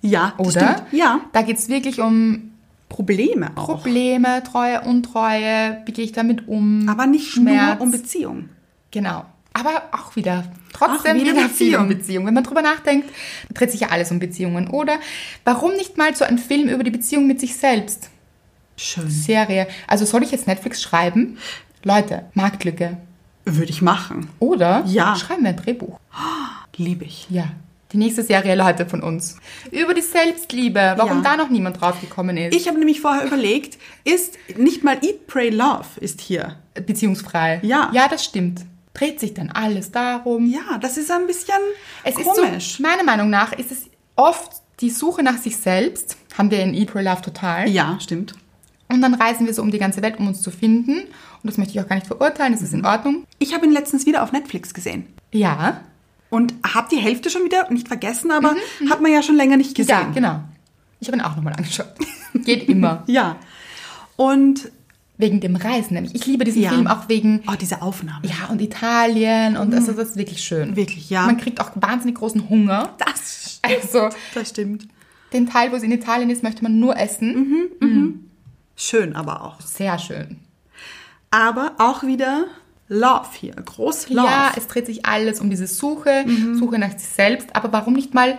[SPEAKER 2] ja, das
[SPEAKER 1] Oder?
[SPEAKER 2] stimmt. Ja.
[SPEAKER 1] Da geht es wirklich um
[SPEAKER 2] Probleme auch.
[SPEAKER 1] Probleme, Treue, Untreue, wie gehe ich damit um?
[SPEAKER 2] aber nicht
[SPEAKER 1] Schmerz.
[SPEAKER 2] nur um Beziehung.
[SPEAKER 1] Genau. Aber auch wieder, trotzdem
[SPEAKER 2] Auch wieder
[SPEAKER 1] wieder, viel um
[SPEAKER 2] Beziehung.
[SPEAKER 1] Beziehung. Wenn man drüber nachdenkt, dreht sich ja alles um Beziehungen. Oder warum nicht mal so ein Film über die Beziehung mit sich selbst?
[SPEAKER 2] Schön.
[SPEAKER 1] Serie. Also soll ich jetzt Netflix schreiben? Leute, Marktlücke.
[SPEAKER 2] Würde ich machen.
[SPEAKER 1] Oder
[SPEAKER 2] Ja.
[SPEAKER 1] schreiben wir ein Drehbuch.
[SPEAKER 2] Liebe ich.
[SPEAKER 1] Ja. Die nächste Serie, Leute, von uns. Über die Selbstliebe. Warum
[SPEAKER 2] Ja.
[SPEAKER 1] da noch niemand draufgekommen ist.
[SPEAKER 2] Ich habe nämlich vorher überlegt, ist nicht mal Eat, Pray, Love ist hier.
[SPEAKER 1] Beziehungsfrei.
[SPEAKER 2] Ja.
[SPEAKER 1] Ja, das stimmt. Dreht sich dann alles darum.
[SPEAKER 2] Ja, das ist ein bisschen
[SPEAKER 1] Es ist
[SPEAKER 2] komisch.
[SPEAKER 1] so, meiner Meinung nach ist es oft die Suche nach sich selbst, haben wir in Equal Love total.
[SPEAKER 2] ja, stimmt.
[SPEAKER 1] Und dann reisen wir so um die ganze Welt, um uns zu finden. Und das möchte ich auch gar nicht verurteilen, das ist
[SPEAKER 2] Mhm.
[SPEAKER 1] in Ordnung.
[SPEAKER 2] Ich habe ihn letztens wieder auf Netflix gesehen.
[SPEAKER 1] Ja.
[SPEAKER 2] Und habe die Hälfte schon wieder nicht vergessen, aber hat man ja schon länger nicht gesehen.
[SPEAKER 1] Mhm, Ja, genau. Ich habe ihn auch nochmal angeschaut. Geht immer.
[SPEAKER 2] Ja. Und
[SPEAKER 1] Wegen dem Reisen nämlich. Ich liebe diesen
[SPEAKER 2] Ja.
[SPEAKER 1] Film auch wegen,
[SPEAKER 2] oh, diese Aufnahme.
[SPEAKER 1] ja, und Italien. Und also, das ist wirklich schön.
[SPEAKER 2] Mhm. Wirklich, ja.
[SPEAKER 1] Man kriegt auch wahnsinnig großen Hunger.
[SPEAKER 2] Das
[SPEAKER 1] Also,
[SPEAKER 2] Das stimmt.
[SPEAKER 1] den Teil, wo es in Italien ist, möchte man nur essen.
[SPEAKER 2] Mhm. Schön aber auch.
[SPEAKER 1] Sehr schön.
[SPEAKER 2] Aber auch wieder Love hier. Groß Love.
[SPEAKER 1] Ja, es dreht sich alles um diese Suche,
[SPEAKER 2] Mhm.
[SPEAKER 1] Suche nach sich selbst, aber warum nicht mal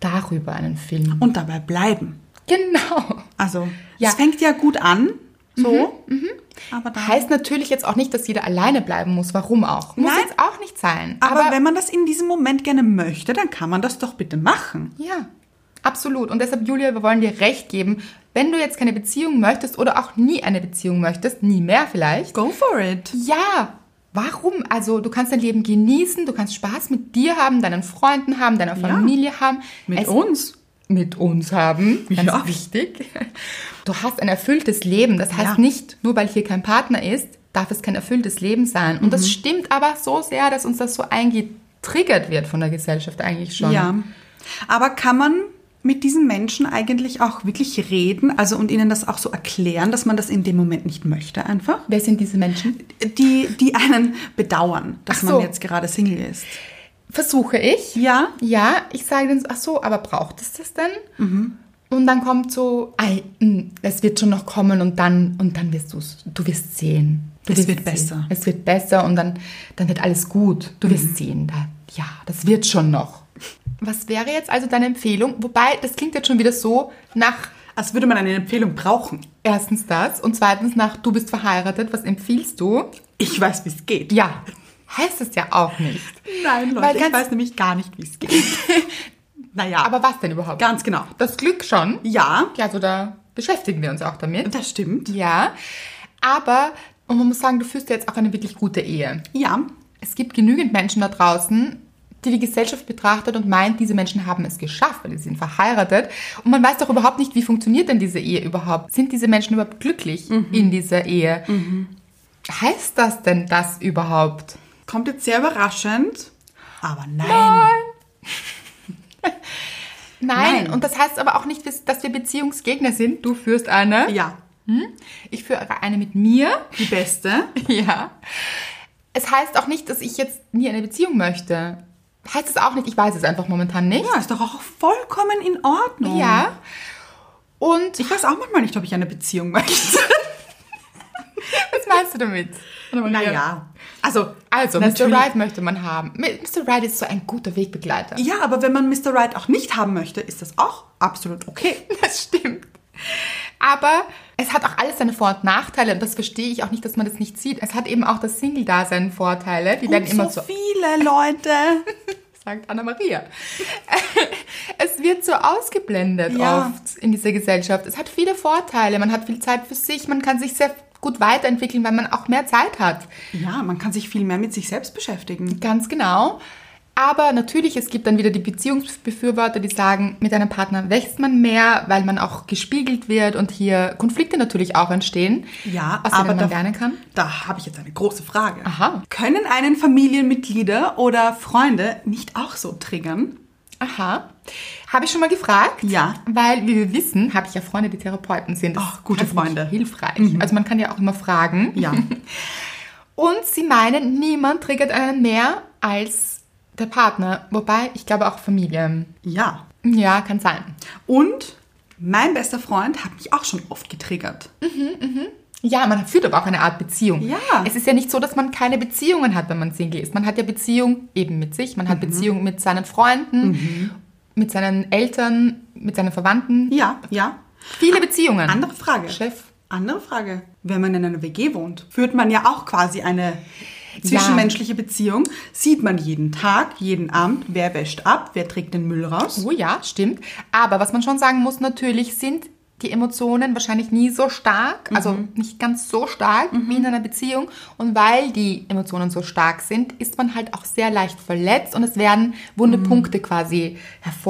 [SPEAKER 1] darüber einen Film?
[SPEAKER 2] Und dabei bleiben.
[SPEAKER 1] Genau.
[SPEAKER 2] Also,
[SPEAKER 1] Ja. Mhm.
[SPEAKER 2] es fängt ja gut an. So. Aber dann,
[SPEAKER 1] Heißt natürlich jetzt auch nicht, dass jeder alleine bleiben muss. Warum auch? Muss
[SPEAKER 2] Nein.
[SPEAKER 1] jetzt auch nicht sein.
[SPEAKER 2] aber, wenn man das in diesem Moment gerne möchte, dann kann man das doch bitte machen.
[SPEAKER 1] ja, absolut. Und deshalb, Julia, wir wollen dir recht geben. Wenn du jetzt keine Beziehung möchtest oder auch nie eine Beziehung möchtest, nie mehr vielleicht.
[SPEAKER 2] Go for it.
[SPEAKER 1] Ja. Warum? Also du kannst dein Leben genießen, du kannst Spaß mit dir haben, deinen Freunden haben, deiner
[SPEAKER 2] Ja.
[SPEAKER 1] Familie haben.
[SPEAKER 2] Mit
[SPEAKER 1] Es
[SPEAKER 2] uns.
[SPEAKER 1] mit uns haben. Ganz
[SPEAKER 2] Ja.
[SPEAKER 1] wichtig. Du hast ein erfülltes Leben. Das heißt
[SPEAKER 2] Ja.
[SPEAKER 1] nicht, nur weil hier kein Partner ist, darf es kein erfülltes Leben sein. Und
[SPEAKER 2] Mhm.
[SPEAKER 1] das stimmt aber so sehr, dass uns das so eingetriggert wird von der Gesellschaft eigentlich schon.
[SPEAKER 2] Ja. Aber kann man mit diesen Menschen eigentlich auch wirklich reden, also und ihnen das auch so erklären, dass man das in dem Moment nicht möchte einfach?
[SPEAKER 1] Wer sind diese Menschen?
[SPEAKER 2] Die, die einen bedauern, dass
[SPEAKER 1] Ach
[SPEAKER 2] man
[SPEAKER 1] so.
[SPEAKER 2] jetzt gerade Single ist.
[SPEAKER 1] Versuche ich.
[SPEAKER 2] Ja,
[SPEAKER 1] Ja, ich sage dann so, ach so, aber braucht es das denn?
[SPEAKER 2] Mhm.
[SPEAKER 1] Und dann kommt so, ei, mh, es wird schon noch kommen und dann, und dann wirst du's, du wirst sehen. Du
[SPEAKER 2] Es
[SPEAKER 1] wirst
[SPEAKER 2] wird
[SPEAKER 1] sehen.
[SPEAKER 2] besser. Mhm.
[SPEAKER 1] Es wird besser und dann, dann wird alles gut. Du wirst sehen. Da, ja, das wird schon noch. Was wäre jetzt also deine Empfehlung? Wobei, das klingt jetzt schon wieder so nach
[SPEAKER 2] als würde man eine Empfehlung brauchen.
[SPEAKER 1] erstens das und zweitens nach du bist verheiratet, was empfiehlst du?
[SPEAKER 2] Ich weiß, wie es geht.
[SPEAKER 1] Ja, heißt es ja auch nicht.
[SPEAKER 2] Nein, Leute,
[SPEAKER 1] Weil
[SPEAKER 2] ich
[SPEAKER 1] ganz-
[SPEAKER 2] weiß nämlich gar nicht, wie es geht. naja, aber
[SPEAKER 1] Aber was denn überhaupt?
[SPEAKER 2] ganz genau.
[SPEAKER 1] Das Glück schon.
[SPEAKER 2] Ja,
[SPEAKER 1] Ja, so da beschäftigen wir uns auch damit.
[SPEAKER 2] das stimmt.
[SPEAKER 1] Ja, aber, und man muss sagen, du führst ja jetzt auch eine wirklich gute Ehe.
[SPEAKER 2] Ja,
[SPEAKER 1] Es gibt genügend Menschen da draußen, die die Gesellschaft betrachtet und meint, diese Menschen haben es geschafft, weil sie sind verheiratet. Und man weiß doch überhaupt nicht, wie funktioniert denn diese Ehe überhaupt? Sind diese Menschen überhaupt glücklich in dieser Ehe? Heißt das denn das überhaupt?
[SPEAKER 2] kommt jetzt sehr überraschend. Aber nein.
[SPEAKER 1] Nein.
[SPEAKER 2] Nein.
[SPEAKER 1] Und das heißt aber auch nicht, dass wir Beziehungsgegner sind. Du führst eine.
[SPEAKER 2] Ja,
[SPEAKER 1] Ich führe eine mit mir.
[SPEAKER 2] die beste.
[SPEAKER 1] Ja. Es heißt auch nicht, dass ich jetzt nie eine Beziehung möchte. Heißt es auch nicht, ich weiß es einfach momentan nicht.
[SPEAKER 2] Ja, ist doch auch vollkommen in Ordnung.
[SPEAKER 1] Ja. Und
[SPEAKER 2] Ich weiß auch manchmal nicht, ob ich eine Beziehung möchte.
[SPEAKER 1] was meinst du damit?
[SPEAKER 2] naja. Also,
[SPEAKER 1] Also,
[SPEAKER 2] natürlich-
[SPEAKER 1] Mr. Right möchte man haben. Mr. Right ist so ein guter Wegbegleiter.
[SPEAKER 2] Ja, aber wenn man Mr. Right auch nicht haben möchte, ist das auch absolut okay.
[SPEAKER 1] Das stimmt. Aber es hat auch alles seine Vor- und Nachteile und das verstehe ich auch nicht, dass man das nicht sieht. Es hat eben auch das Single-Dasein Vorteile, die werden
[SPEAKER 2] Und
[SPEAKER 1] immer
[SPEAKER 2] so
[SPEAKER 1] so
[SPEAKER 2] viele Leute.
[SPEAKER 1] sagt Anna-Maria. es wird so ausgeblendet
[SPEAKER 2] Ja.
[SPEAKER 1] oft in dieser Gesellschaft. Es hat viele Vorteile. Man hat viel Zeit für sich. Man kann sich sehr gut weiterentwickeln, weil man auch mehr Zeit hat.
[SPEAKER 2] Ja, man kann sich viel mehr mit sich selbst beschäftigen.
[SPEAKER 1] Ganz genau. Aber natürlich, es gibt dann wieder die Beziehungsbefürworter, die sagen, mit einem Partner wächst man mehr, weil man auch gespiegelt wird und hier Konflikte natürlich auch entstehen,
[SPEAKER 2] Ja,
[SPEAKER 1] aus denen
[SPEAKER 2] aber
[SPEAKER 1] man
[SPEAKER 2] da-
[SPEAKER 1] lernen kann.
[SPEAKER 2] Da habe ich jetzt eine große Frage.
[SPEAKER 1] Aha.
[SPEAKER 2] Können einen Familienmitglieder oder Freunde nicht auch so triggern?
[SPEAKER 1] Aha. Habe ich schon mal gefragt?
[SPEAKER 2] Ja.
[SPEAKER 1] Weil, wie wir wissen, habe ich ja Freunde, die Therapeuten sind. Das
[SPEAKER 2] Ach, gute
[SPEAKER 1] ist natürlich
[SPEAKER 2] Freunde. Mhm.
[SPEAKER 1] Hilfreich. Also man kann ja auch immer fragen.
[SPEAKER 2] Ja.
[SPEAKER 1] Und sie meinen, niemand triggert einen mehr als der Partner. Wobei, ich glaube auch Familie.
[SPEAKER 2] ja.
[SPEAKER 1] Ja, kann sein.
[SPEAKER 2] Und mein bester Freund hat mich auch schon oft getriggert.
[SPEAKER 1] Ja, man führt aber auch eine Art Beziehung.
[SPEAKER 2] Ja.
[SPEAKER 1] Es ist ja nicht so, dass man keine Beziehungen hat, wenn man Single ist. Man hat ja Beziehung eben mit sich,
[SPEAKER 2] Mhm.
[SPEAKER 1] man hat Beziehung mit seinen Freunden, mit seinen Eltern, mit seinen Verwandten.
[SPEAKER 2] Ja, ja.
[SPEAKER 1] Viele Beziehungen.
[SPEAKER 2] Andere Frage.
[SPEAKER 1] Chef.
[SPEAKER 2] Andere Frage. Wenn man in einer WG wohnt, führt man ja auch quasi eine zwischenmenschliche Beziehung. Sieht man jeden Tag, jeden Abend, wer wäscht ab, wer trägt den Müll raus.
[SPEAKER 1] Oh ja, stimmt. Aber was man schon sagen muss, natürlich sind die Emotionen wahrscheinlich nie so stark, also
[SPEAKER 2] Mhm.
[SPEAKER 1] nicht ganz so stark wie in einer Beziehung. Und weil die Emotionen so stark sind, ist man halt auch sehr leicht verletzt und es werden wunde Punkte quasi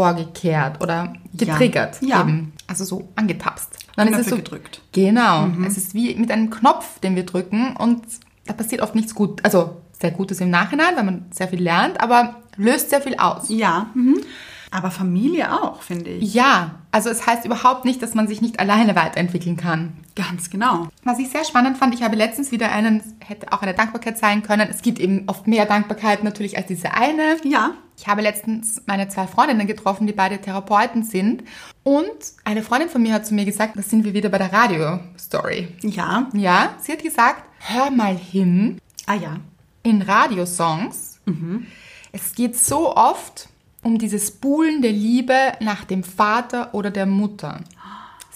[SPEAKER 1] hervorgekehrt oder
[SPEAKER 2] Mhm. Ja.
[SPEAKER 1] getriggert.
[SPEAKER 2] Ja.
[SPEAKER 1] Eben. Also so angetapst. Und dann
[SPEAKER 2] Knöpfe gedrückt. Mhm.
[SPEAKER 1] Genau. Es ist wie mit einem Knopf, den wir drücken und da passiert oft nichts gut. Also sehr Gutes im Nachhinein, weil man sehr viel lernt, aber löst sehr viel aus.
[SPEAKER 2] Ja. Mhm. Aber Familie auch, finde ich.
[SPEAKER 1] Ja, also es heißt überhaupt nicht, dass man sich nicht alleine weiterentwickeln kann.
[SPEAKER 2] Ganz genau.
[SPEAKER 1] Was ich sehr spannend fand, ich habe letztens wieder einen, hätte auch eine Dankbarkeit sein können. Es gibt eben oft mehr Dankbarkeit natürlich als diese eine.
[SPEAKER 2] Ja.
[SPEAKER 1] Ich habe letztens meine zwei Freundinnen getroffen, die beide Therapeuten sind. Und eine Freundin von mir hat zu mir gesagt, da sind wir wieder bei der Radio-Story.
[SPEAKER 2] Ja.
[SPEAKER 1] Ja, sie hat gesagt, hör mal hin,
[SPEAKER 2] Ah ja.
[SPEAKER 1] in Radiosongs. Es geht so oft um dieses Buhlen der Liebe nach dem Vater oder der Mutter.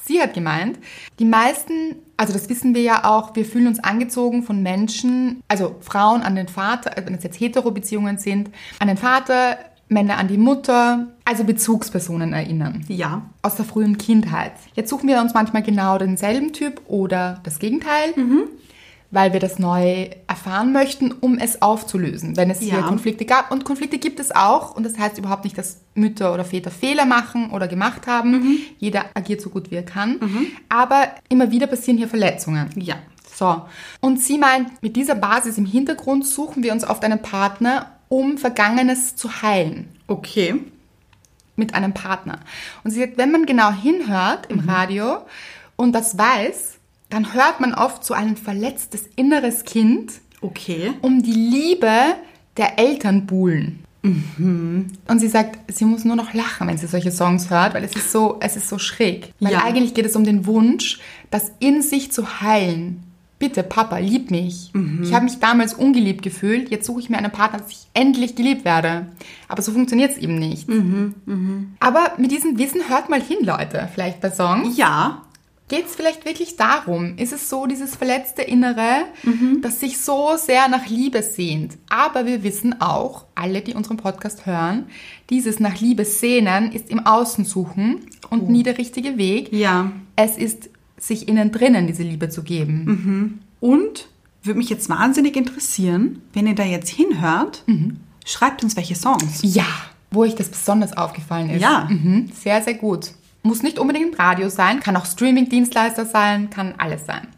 [SPEAKER 1] Sie hat gemeint, die meisten, also das wissen wir ja auch, wir fühlen uns angezogen von Menschen, also Frauen an den Vater, also wenn es jetzt Hetero-Beziehungen sind, an den Vater, Männer an die Mutter, also Bezugspersonen erinnern
[SPEAKER 2] Ja.
[SPEAKER 1] aus der frühen Kindheit. Jetzt suchen wir uns manchmal genau denselben Typ oder das Gegenteil, weil wir das neu erfahren möchten, um es aufzulösen, wenn es hier
[SPEAKER 2] Ja.
[SPEAKER 1] Konflikte gab. Und Konflikte gibt es auch und das heißt überhaupt nicht, dass Mütter oder Väter Fehler machen oder gemacht haben. Jeder agiert so gut wie er kann. Aber immer wieder passieren hier Verletzungen.
[SPEAKER 2] Ja.
[SPEAKER 1] So, und sie meint, mit dieser Basis im Hintergrund suchen wir uns oft einen Partner, um Vergangenes zu heilen.
[SPEAKER 2] Okay.
[SPEAKER 1] mit einem Partner. Und sie sagt, wenn man genau hinhört im Radio und das weiß, dann hört man oft so ein verletztes inneres Kind
[SPEAKER 2] Okay.
[SPEAKER 1] um die Liebe der Eltern buhlen. Und sie sagt, sie muss nur noch lachen, wenn sie solche Songs hört, weil es ist so, es ist so schräg. Weil
[SPEAKER 2] Ja.
[SPEAKER 1] eigentlich geht es um den Wunsch, das in sich zu heilen. Bitte, Papa, lieb mich. Ich habe mich damals ungeliebt gefühlt. Jetzt suche ich mir einen Partner, dass ich endlich geliebt werde. Aber so funktioniert es eben nicht. Aber mit diesem Wissen hört mal hin, Leute. Vielleicht bei Songs.
[SPEAKER 2] Ja.
[SPEAKER 1] Geht es vielleicht wirklich darum? Ist es so dieses verletzte Innere,
[SPEAKER 2] Mhm.
[SPEAKER 1] das sich so sehr nach Liebe sehnt? Aber wir wissen auch, alle, die unseren Podcast hören, dieses nach Liebe sehnen ist im Außen suchen und nie der richtige Weg.
[SPEAKER 2] Oh. Ja.
[SPEAKER 1] Es ist sich innen drinnen diese Liebe zu geben.
[SPEAKER 2] Mhm. Und würde mich jetzt wahnsinnig interessieren, wenn ihr da jetzt hinhört, schreibt uns welche Songs.
[SPEAKER 1] Ja, wo euch das besonders aufgefallen ist.
[SPEAKER 2] Ja.
[SPEAKER 1] Mhm, sehr, sehr gut. Muss nicht unbedingt Radio sein, kann auch Streaming-Dienstleister sein, kann alles sein.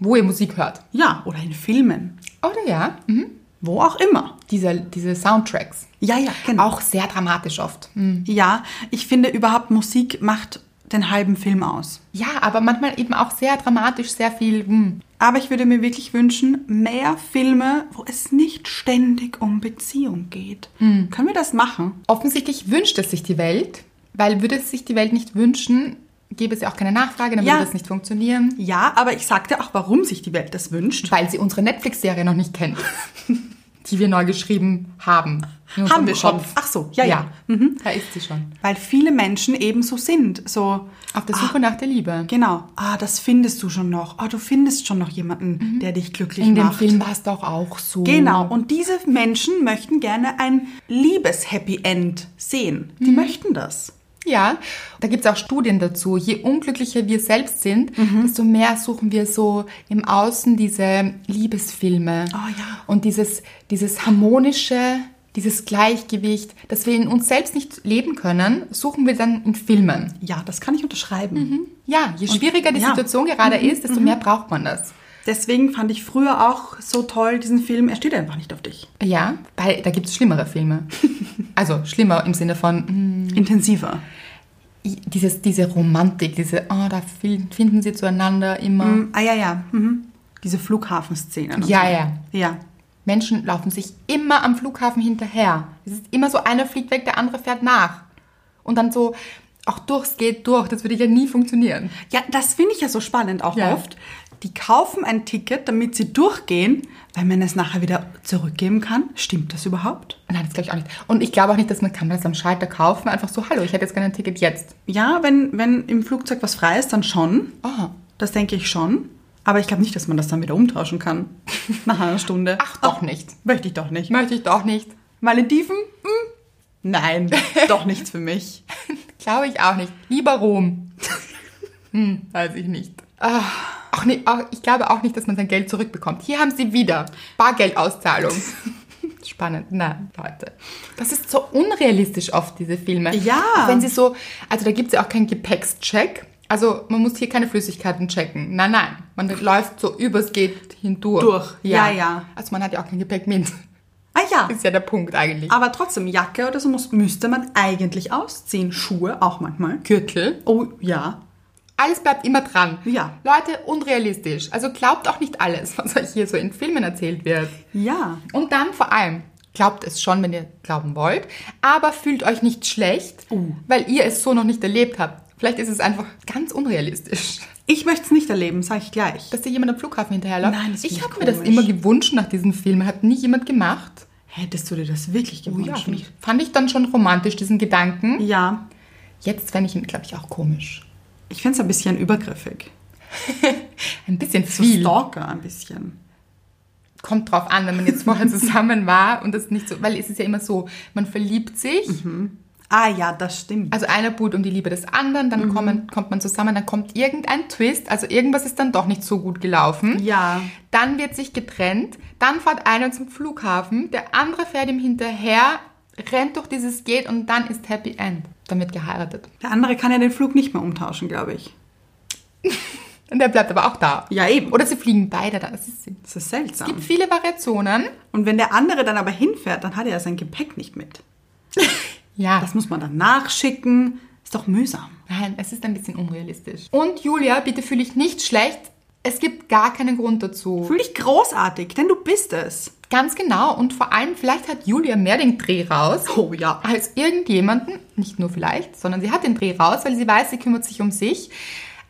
[SPEAKER 1] Wo ihr Musik hört.
[SPEAKER 2] Ja, oder in Filmen.
[SPEAKER 1] Oder ja, mhm.
[SPEAKER 2] Wo auch immer.
[SPEAKER 1] diese, diese Soundtracks.
[SPEAKER 2] Ja, ja, genau.
[SPEAKER 1] Auch sehr dramatisch oft. Hm.
[SPEAKER 2] Ja, ich finde überhaupt Musik macht den halben Film aus.
[SPEAKER 1] Ja, aber manchmal eben auch sehr dramatisch, sehr viel. hm.
[SPEAKER 2] Aber ich würde mir wirklich wünschen, mehr Filme, wo es nicht ständig um Beziehung geht. Können wir das machen?
[SPEAKER 1] Offensichtlich wünscht es sich die Welt, weil würde es sich die Welt nicht wünschen, gäbe es ja auch keine Nachfrage, dann
[SPEAKER 2] Ja.
[SPEAKER 1] würde das nicht funktionieren,
[SPEAKER 2] Ja, aber ich sagte auch, warum sich die Welt das wünscht.
[SPEAKER 1] weil sie unsere Netflix-Serie noch nicht kennt, die wir neu geschrieben haben. In unserem
[SPEAKER 2] Haben wir schon.
[SPEAKER 1] Kopf.
[SPEAKER 2] Ach so, ja,
[SPEAKER 1] Ja,
[SPEAKER 2] ja. Mhm.
[SPEAKER 1] ja. Da ist sie schon.
[SPEAKER 2] Weil viele Menschen eben so sind. So, ah,
[SPEAKER 1] Auf der Suche nach der Liebe.
[SPEAKER 2] genau, ah, das findest du schon noch. Ah, du findest schon noch jemanden, der dich glücklich
[SPEAKER 1] Mhm. In dem
[SPEAKER 2] macht.
[SPEAKER 1] Film war es doch auch so.
[SPEAKER 2] Genau, und diese Menschen möchten gerne ein Liebes-Happy End sehen. Die
[SPEAKER 1] Mhm.
[SPEAKER 2] möchten das.
[SPEAKER 1] Ja, da gibt's auch Studien dazu. Je unglücklicher wir selbst sind,
[SPEAKER 2] Mhm.
[SPEAKER 1] desto mehr suchen wir so im Außen diese Liebesfilme.
[SPEAKER 2] Oh ja.
[SPEAKER 1] Und dieses, dieses harmonische, dieses Gleichgewicht, das wir in uns selbst nicht leben können, suchen wir dann in Filmen.
[SPEAKER 2] Ja, das kann ich unterschreiben.
[SPEAKER 1] Ja, je schwieriger die
[SPEAKER 2] ja. Mhm.
[SPEAKER 1] Situation gerade ist, desto mehr braucht man das.
[SPEAKER 2] Deswegen fand ich früher auch so toll diesen Film, er steht einfach nicht auf dich.
[SPEAKER 1] Ja, weil da gibt's schlimmere Filme. also schlimmer im Sinne von, hm,
[SPEAKER 2] Intensiver.
[SPEAKER 1] dieses, diese Romantik, diese, oh, da fin- finden sie zueinander immer.
[SPEAKER 2] Mhm. Ah ja, ja. Mhm. Diese Flughafenszene. und
[SPEAKER 1] Ja,
[SPEAKER 2] so.
[SPEAKER 1] ja.
[SPEAKER 2] Ja.
[SPEAKER 1] Menschen laufen sich immer am Flughafen hinterher. Es ist immer so, einer fliegt weg, der andere fährt nach. Und dann so, auch durchs geht durch. Das würde ja nie funktionieren.
[SPEAKER 2] Ja, das finde ich ja so spannend auch
[SPEAKER 1] Ja.
[SPEAKER 2] oft. Die kaufen ein Ticket, damit sie durchgehen, weil man es nachher wieder zurückgeben kann. Stimmt das überhaupt?
[SPEAKER 1] Nein, das glaube ich auch nicht. Und ich glaube auch nicht, dass man kann man das am Schalter kaufen. Einfach so, hallo, ich hätte jetzt gerne ein Ticket jetzt.
[SPEAKER 2] Ja, wenn, wenn im Flugzeug was frei ist, dann schon.
[SPEAKER 1] Oh.
[SPEAKER 2] Das denke ich schon. Aber ich glaube nicht, dass man das dann wieder umtauschen kann. Nach einer Stunde.
[SPEAKER 1] Ach, doch nicht.
[SPEAKER 2] Möchte ich doch nicht.
[SPEAKER 1] Möchte ich doch nicht.
[SPEAKER 2] Malediven? Hm. Nein, doch nichts für mich.
[SPEAKER 1] Glaube ich auch nicht. Lieber Rom. hm, weiß ich nicht. Ah, auch nicht auch, ich glaube auch nicht, dass man sein Geld zurückbekommt. Hier haben sie wieder Bargeldauszahlung. Spannend. Nein, Leute. Das ist so unrealistisch oft, diese Filme.
[SPEAKER 2] Ja.
[SPEAKER 1] Auch Wenn sie so, also da gibt es ja auch keinen Gepäckscheck. Also man muss hier keine Flüssigkeiten checken. Nein, nein. Man läuft so übers Geht hindurch.
[SPEAKER 2] Durch. Ja, ja.
[SPEAKER 1] Also man hat ja auch kein Gepäck mit.
[SPEAKER 2] Ah ja,
[SPEAKER 1] Ist ja der Punkt eigentlich.
[SPEAKER 2] aber trotzdem, Jacke oder so muss, müsste man eigentlich ausziehen. Schuhe auch manchmal.
[SPEAKER 1] Gürtel.
[SPEAKER 2] Oh ja.
[SPEAKER 1] Alles bleibt immer dran.
[SPEAKER 2] Ja.
[SPEAKER 1] Leute, unrealistisch. Also glaubt auch nicht alles, was euch hier so in Filmen erzählt wird.
[SPEAKER 2] Ja.
[SPEAKER 1] Und dann vor allem, glaubt es schon, wenn ihr glauben wollt, aber fühlt euch nicht schlecht,
[SPEAKER 2] Uh.
[SPEAKER 1] weil ihr es so noch nicht erlebt habt. Vielleicht ist es einfach ganz unrealistisch,
[SPEAKER 2] Ich möchte es nicht erleben, sage ich gleich.
[SPEAKER 1] dass dir jemand am Flughafen hinterherläuft.
[SPEAKER 2] Nein, das
[SPEAKER 1] ich
[SPEAKER 2] find ich
[SPEAKER 1] habe mir das
[SPEAKER 2] komisch.
[SPEAKER 1] immer gewünscht nach diesen Filmen, hat nie jemand gemacht.
[SPEAKER 2] Hättest du dir das wirklich
[SPEAKER 1] Oh ja,
[SPEAKER 2] gewünscht?
[SPEAKER 1] fand ich- fand ich dann schon romantisch, diesen Gedanken.
[SPEAKER 2] ja.
[SPEAKER 1] Jetzt fände ich ihn, glaube ich, auch komisch.
[SPEAKER 2] Ich finde es ein bisschen übergriffig.
[SPEAKER 1] Ein bisschen
[SPEAKER 2] So
[SPEAKER 1] viel.
[SPEAKER 2] Stalker ein bisschen.
[SPEAKER 1] kommt drauf an, wenn man jetzt vorher zusammen war und das nicht so, weil es ist ja immer so, man verliebt sich,
[SPEAKER 2] Ah ja, das stimmt.
[SPEAKER 1] also einer buhlt um die Liebe des anderen, dann
[SPEAKER 2] Mhm.
[SPEAKER 1] kommen, kommt man zusammen, dann kommt irgendein Twist, also irgendwas ist dann doch nicht so gut gelaufen.
[SPEAKER 2] Ja.
[SPEAKER 1] Dann wird sich getrennt, dann fährt einer zum Flughafen, der andere fährt ihm hinterher, rennt durch dieses Gate und dann ist Happy End. Dann wird geheiratet.
[SPEAKER 2] Der andere kann ja den Flug nicht mehr umtauschen, glaube ich.
[SPEAKER 1] Und der bleibt aber auch da.
[SPEAKER 2] Ja, eben.
[SPEAKER 1] Oder sie fliegen beide da. Es ist-
[SPEAKER 2] Das ist
[SPEAKER 1] es gibt
[SPEAKER 2] seltsam.
[SPEAKER 1] viele Variationen.
[SPEAKER 2] Und wenn der andere dann aber hinfährt, dann hat er ja sein Gepäck nicht mit.
[SPEAKER 1] Ja.
[SPEAKER 2] Das muss man dann nachschicken. Ist doch mühsam.
[SPEAKER 1] Nein, es ist ein bisschen unrealistisch. Und Julia, bitte fühle ich nicht schlecht. Es gibt gar keinen Grund dazu.
[SPEAKER 2] Fühl dich großartig, denn du bist es.
[SPEAKER 1] Ganz genau. Und vor allem, vielleicht hat Julia mehr den Dreh raus
[SPEAKER 2] Oh ja.
[SPEAKER 1] als irgendjemanden. Nicht nur vielleicht, sondern sie hat den Dreh raus, weil sie weiß, sie kümmert sich um sich.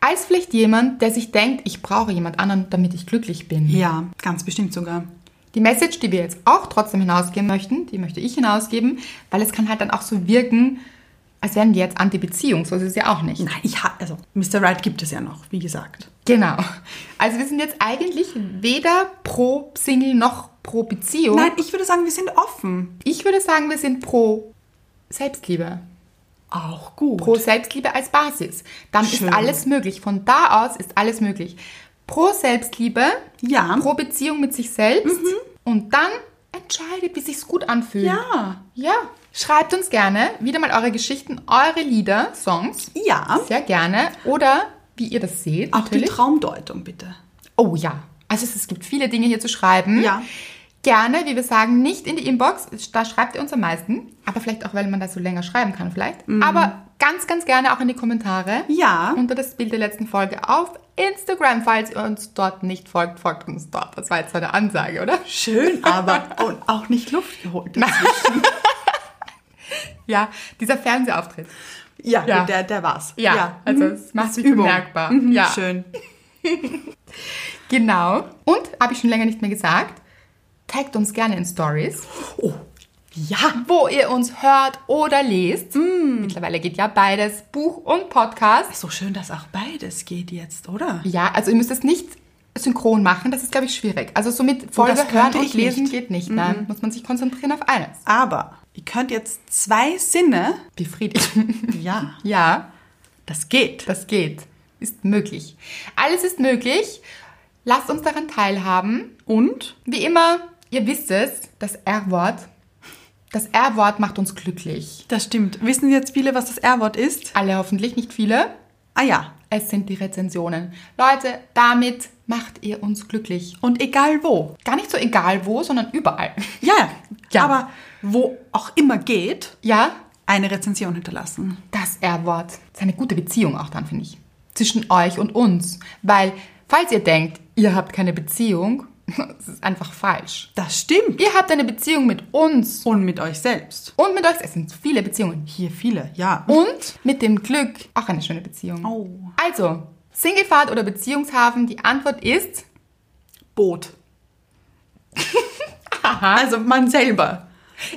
[SPEAKER 1] Als vielleicht jemand, der sich denkt, ich brauche jemand anderen, damit ich glücklich bin.
[SPEAKER 2] Ja, ganz bestimmt sogar.
[SPEAKER 1] Die Message, die wir jetzt auch trotzdem hinausgeben möchten, die möchte ich hinausgeben, weil es kann halt dann auch so wirken, als wären wir jetzt anti-Beziehung. So ist es ja auch nicht.
[SPEAKER 2] Nein, ich ha also Mr. Right gibt es ja noch, wie gesagt.
[SPEAKER 1] Genau. Also wir sind jetzt eigentlich weder pro Single noch pro Beziehung.
[SPEAKER 2] Nein, ich würde sagen, wir sind offen.
[SPEAKER 1] Ich würde sagen, wir sind pro Selbstliebe.
[SPEAKER 2] Auch gut.
[SPEAKER 1] Pro Selbstliebe als Basis. Dann
[SPEAKER 2] Schön.
[SPEAKER 1] ist alles möglich. Von da aus ist alles möglich. Pro Selbstliebe,
[SPEAKER 2] Ja. Mhm.
[SPEAKER 1] pro Beziehung mit sich selbst und dann entscheidet, wie sich's gut anfühlt.
[SPEAKER 2] Ja.
[SPEAKER 1] Ja. Schreibt uns gerne wieder mal eure Geschichten, eure Lieder, Songs.
[SPEAKER 2] Ja.
[SPEAKER 1] Sehr gerne. Oder wie ihr das seht.
[SPEAKER 2] Auch
[SPEAKER 1] natürlich.
[SPEAKER 2] die Traumdeutung, bitte.
[SPEAKER 1] Oh ja. Also es, es gibt viele Dinge hier zu schreiben.
[SPEAKER 2] Ja.
[SPEAKER 1] Gerne, wie wir sagen, nicht in die Inbox. Da schreibt ihr uns am meisten. Aber vielleicht auch, weil man da so länger schreiben kann, vielleicht. Aber ganz, ganz gerne auch in die Kommentare.
[SPEAKER 2] Mhm. Ja.
[SPEAKER 1] Unter das Bild der letzten Folge auf Instagram. Falls ihr uns dort nicht folgt, folgt uns dort. Das war jetzt so eine Ansage, oder?
[SPEAKER 2] Schön, aber und auch nicht Luft geholt.
[SPEAKER 1] Ja, dieser Fernsehauftritt.
[SPEAKER 2] Ja,
[SPEAKER 1] Ja.
[SPEAKER 2] Gut, der, der war's.
[SPEAKER 1] Ja, also
[SPEAKER 2] Mhm.
[SPEAKER 1] es macht
[SPEAKER 2] Ist
[SPEAKER 1] sich
[SPEAKER 2] Übung.
[SPEAKER 1] bemerkbar.
[SPEAKER 2] Mhm,
[SPEAKER 1] Ja.
[SPEAKER 2] Schön.
[SPEAKER 1] Genau. Und, habe ich schon länger nicht mehr gesagt, taggt uns gerne in Stories.
[SPEAKER 2] Oh, ja.
[SPEAKER 1] wo ihr uns hört oder lest.
[SPEAKER 2] Mm.
[SPEAKER 1] Mittlerweile geht ja beides, Buch und Podcast.
[SPEAKER 2] So schön, dass auch beides geht jetzt, oder?
[SPEAKER 1] Ja, also ihr müsst es nicht synchron machen, das ist, glaube ich, schwierig. Also so mit Folge
[SPEAKER 2] Oh, das
[SPEAKER 1] hören
[SPEAKER 2] könnte
[SPEAKER 1] und
[SPEAKER 2] ich
[SPEAKER 1] lesen
[SPEAKER 2] nicht.
[SPEAKER 1] geht nicht. Nein, muss man sich konzentrieren auf eines.
[SPEAKER 2] Aber ihr könnt jetzt zwei Sinne.
[SPEAKER 1] Befriedigen.
[SPEAKER 2] Ja,
[SPEAKER 1] ja,
[SPEAKER 2] das geht.
[SPEAKER 1] das geht. Ist möglich. Alles ist möglich. Lasst uns daran teilhaben.
[SPEAKER 2] Und?
[SPEAKER 1] Wie immer, ihr wisst es, das R-Wort. Das R-Wort macht uns glücklich.
[SPEAKER 2] Das stimmt. Wissen jetzt viele, was das R-Wort ist?
[SPEAKER 1] Alle hoffentlich, nicht viele.
[SPEAKER 2] Ah ja.
[SPEAKER 1] Es sind die Rezensionen. Leute, damit macht ihr uns glücklich.
[SPEAKER 2] Und egal wo.
[SPEAKER 1] Gar nicht so egal wo, sondern überall.
[SPEAKER 2] Ja,
[SPEAKER 1] Ja.
[SPEAKER 2] Aber wo auch immer geht,
[SPEAKER 1] Ja,
[SPEAKER 2] eine Rezension hinterlassen.
[SPEAKER 1] das R-Wort. Das ist eine gute Beziehung auch dann, finde ich. Zwischen euch und uns. Weil, falls ihr denkt, ihr habt keine Beziehung, das ist einfach falsch.
[SPEAKER 2] Das stimmt.
[SPEAKER 1] Ihr habt eine Beziehung mit uns
[SPEAKER 2] Und mit euch selbst.
[SPEAKER 1] und mit euch. Es sind viele Beziehungen.
[SPEAKER 2] Hier viele, ja.
[SPEAKER 1] Und mit dem Glück auch eine schöne Beziehung.
[SPEAKER 2] Oh.
[SPEAKER 1] Also, Singlefahrt oder Beziehungshafen, die Antwort ist
[SPEAKER 2] Boot. also man selber.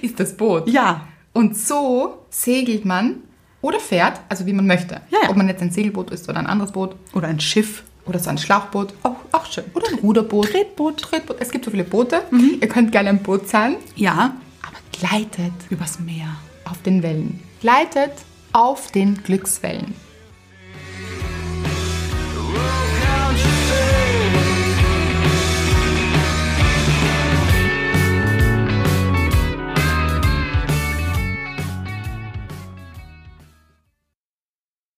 [SPEAKER 1] ist das Boot.
[SPEAKER 2] Ja.
[SPEAKER 1] Und so segelt man oder fährt, also wie man möchte.
[SPEAKER 2] Ja, ja.
[SPEAKER 1] Ob man jetzt ein Segelboot ist oder ein anderes Boot
[SPEAKER 2] Oder ein Schiff.
[SPEAKER 1] oder so ein Schlauchboot.
[SPEAKER 2] Auch, auch schön.
[SPEAKER 1] Oder ein Ruderboot.
[SPEAKER 2] Tretboot. Mhm.
[SPEAKER 1] Tretboot. Es gibt so viele Boote. Ihr könnt gerne ein Boot sein,
[SPEAKER 2] Ja.
[SPEAKER 1] aber gleitet
[SPEAKER 2] Übers Meer.
[SPEAKER 1] auf den Wellen. Gleitet auf den Glückswellen.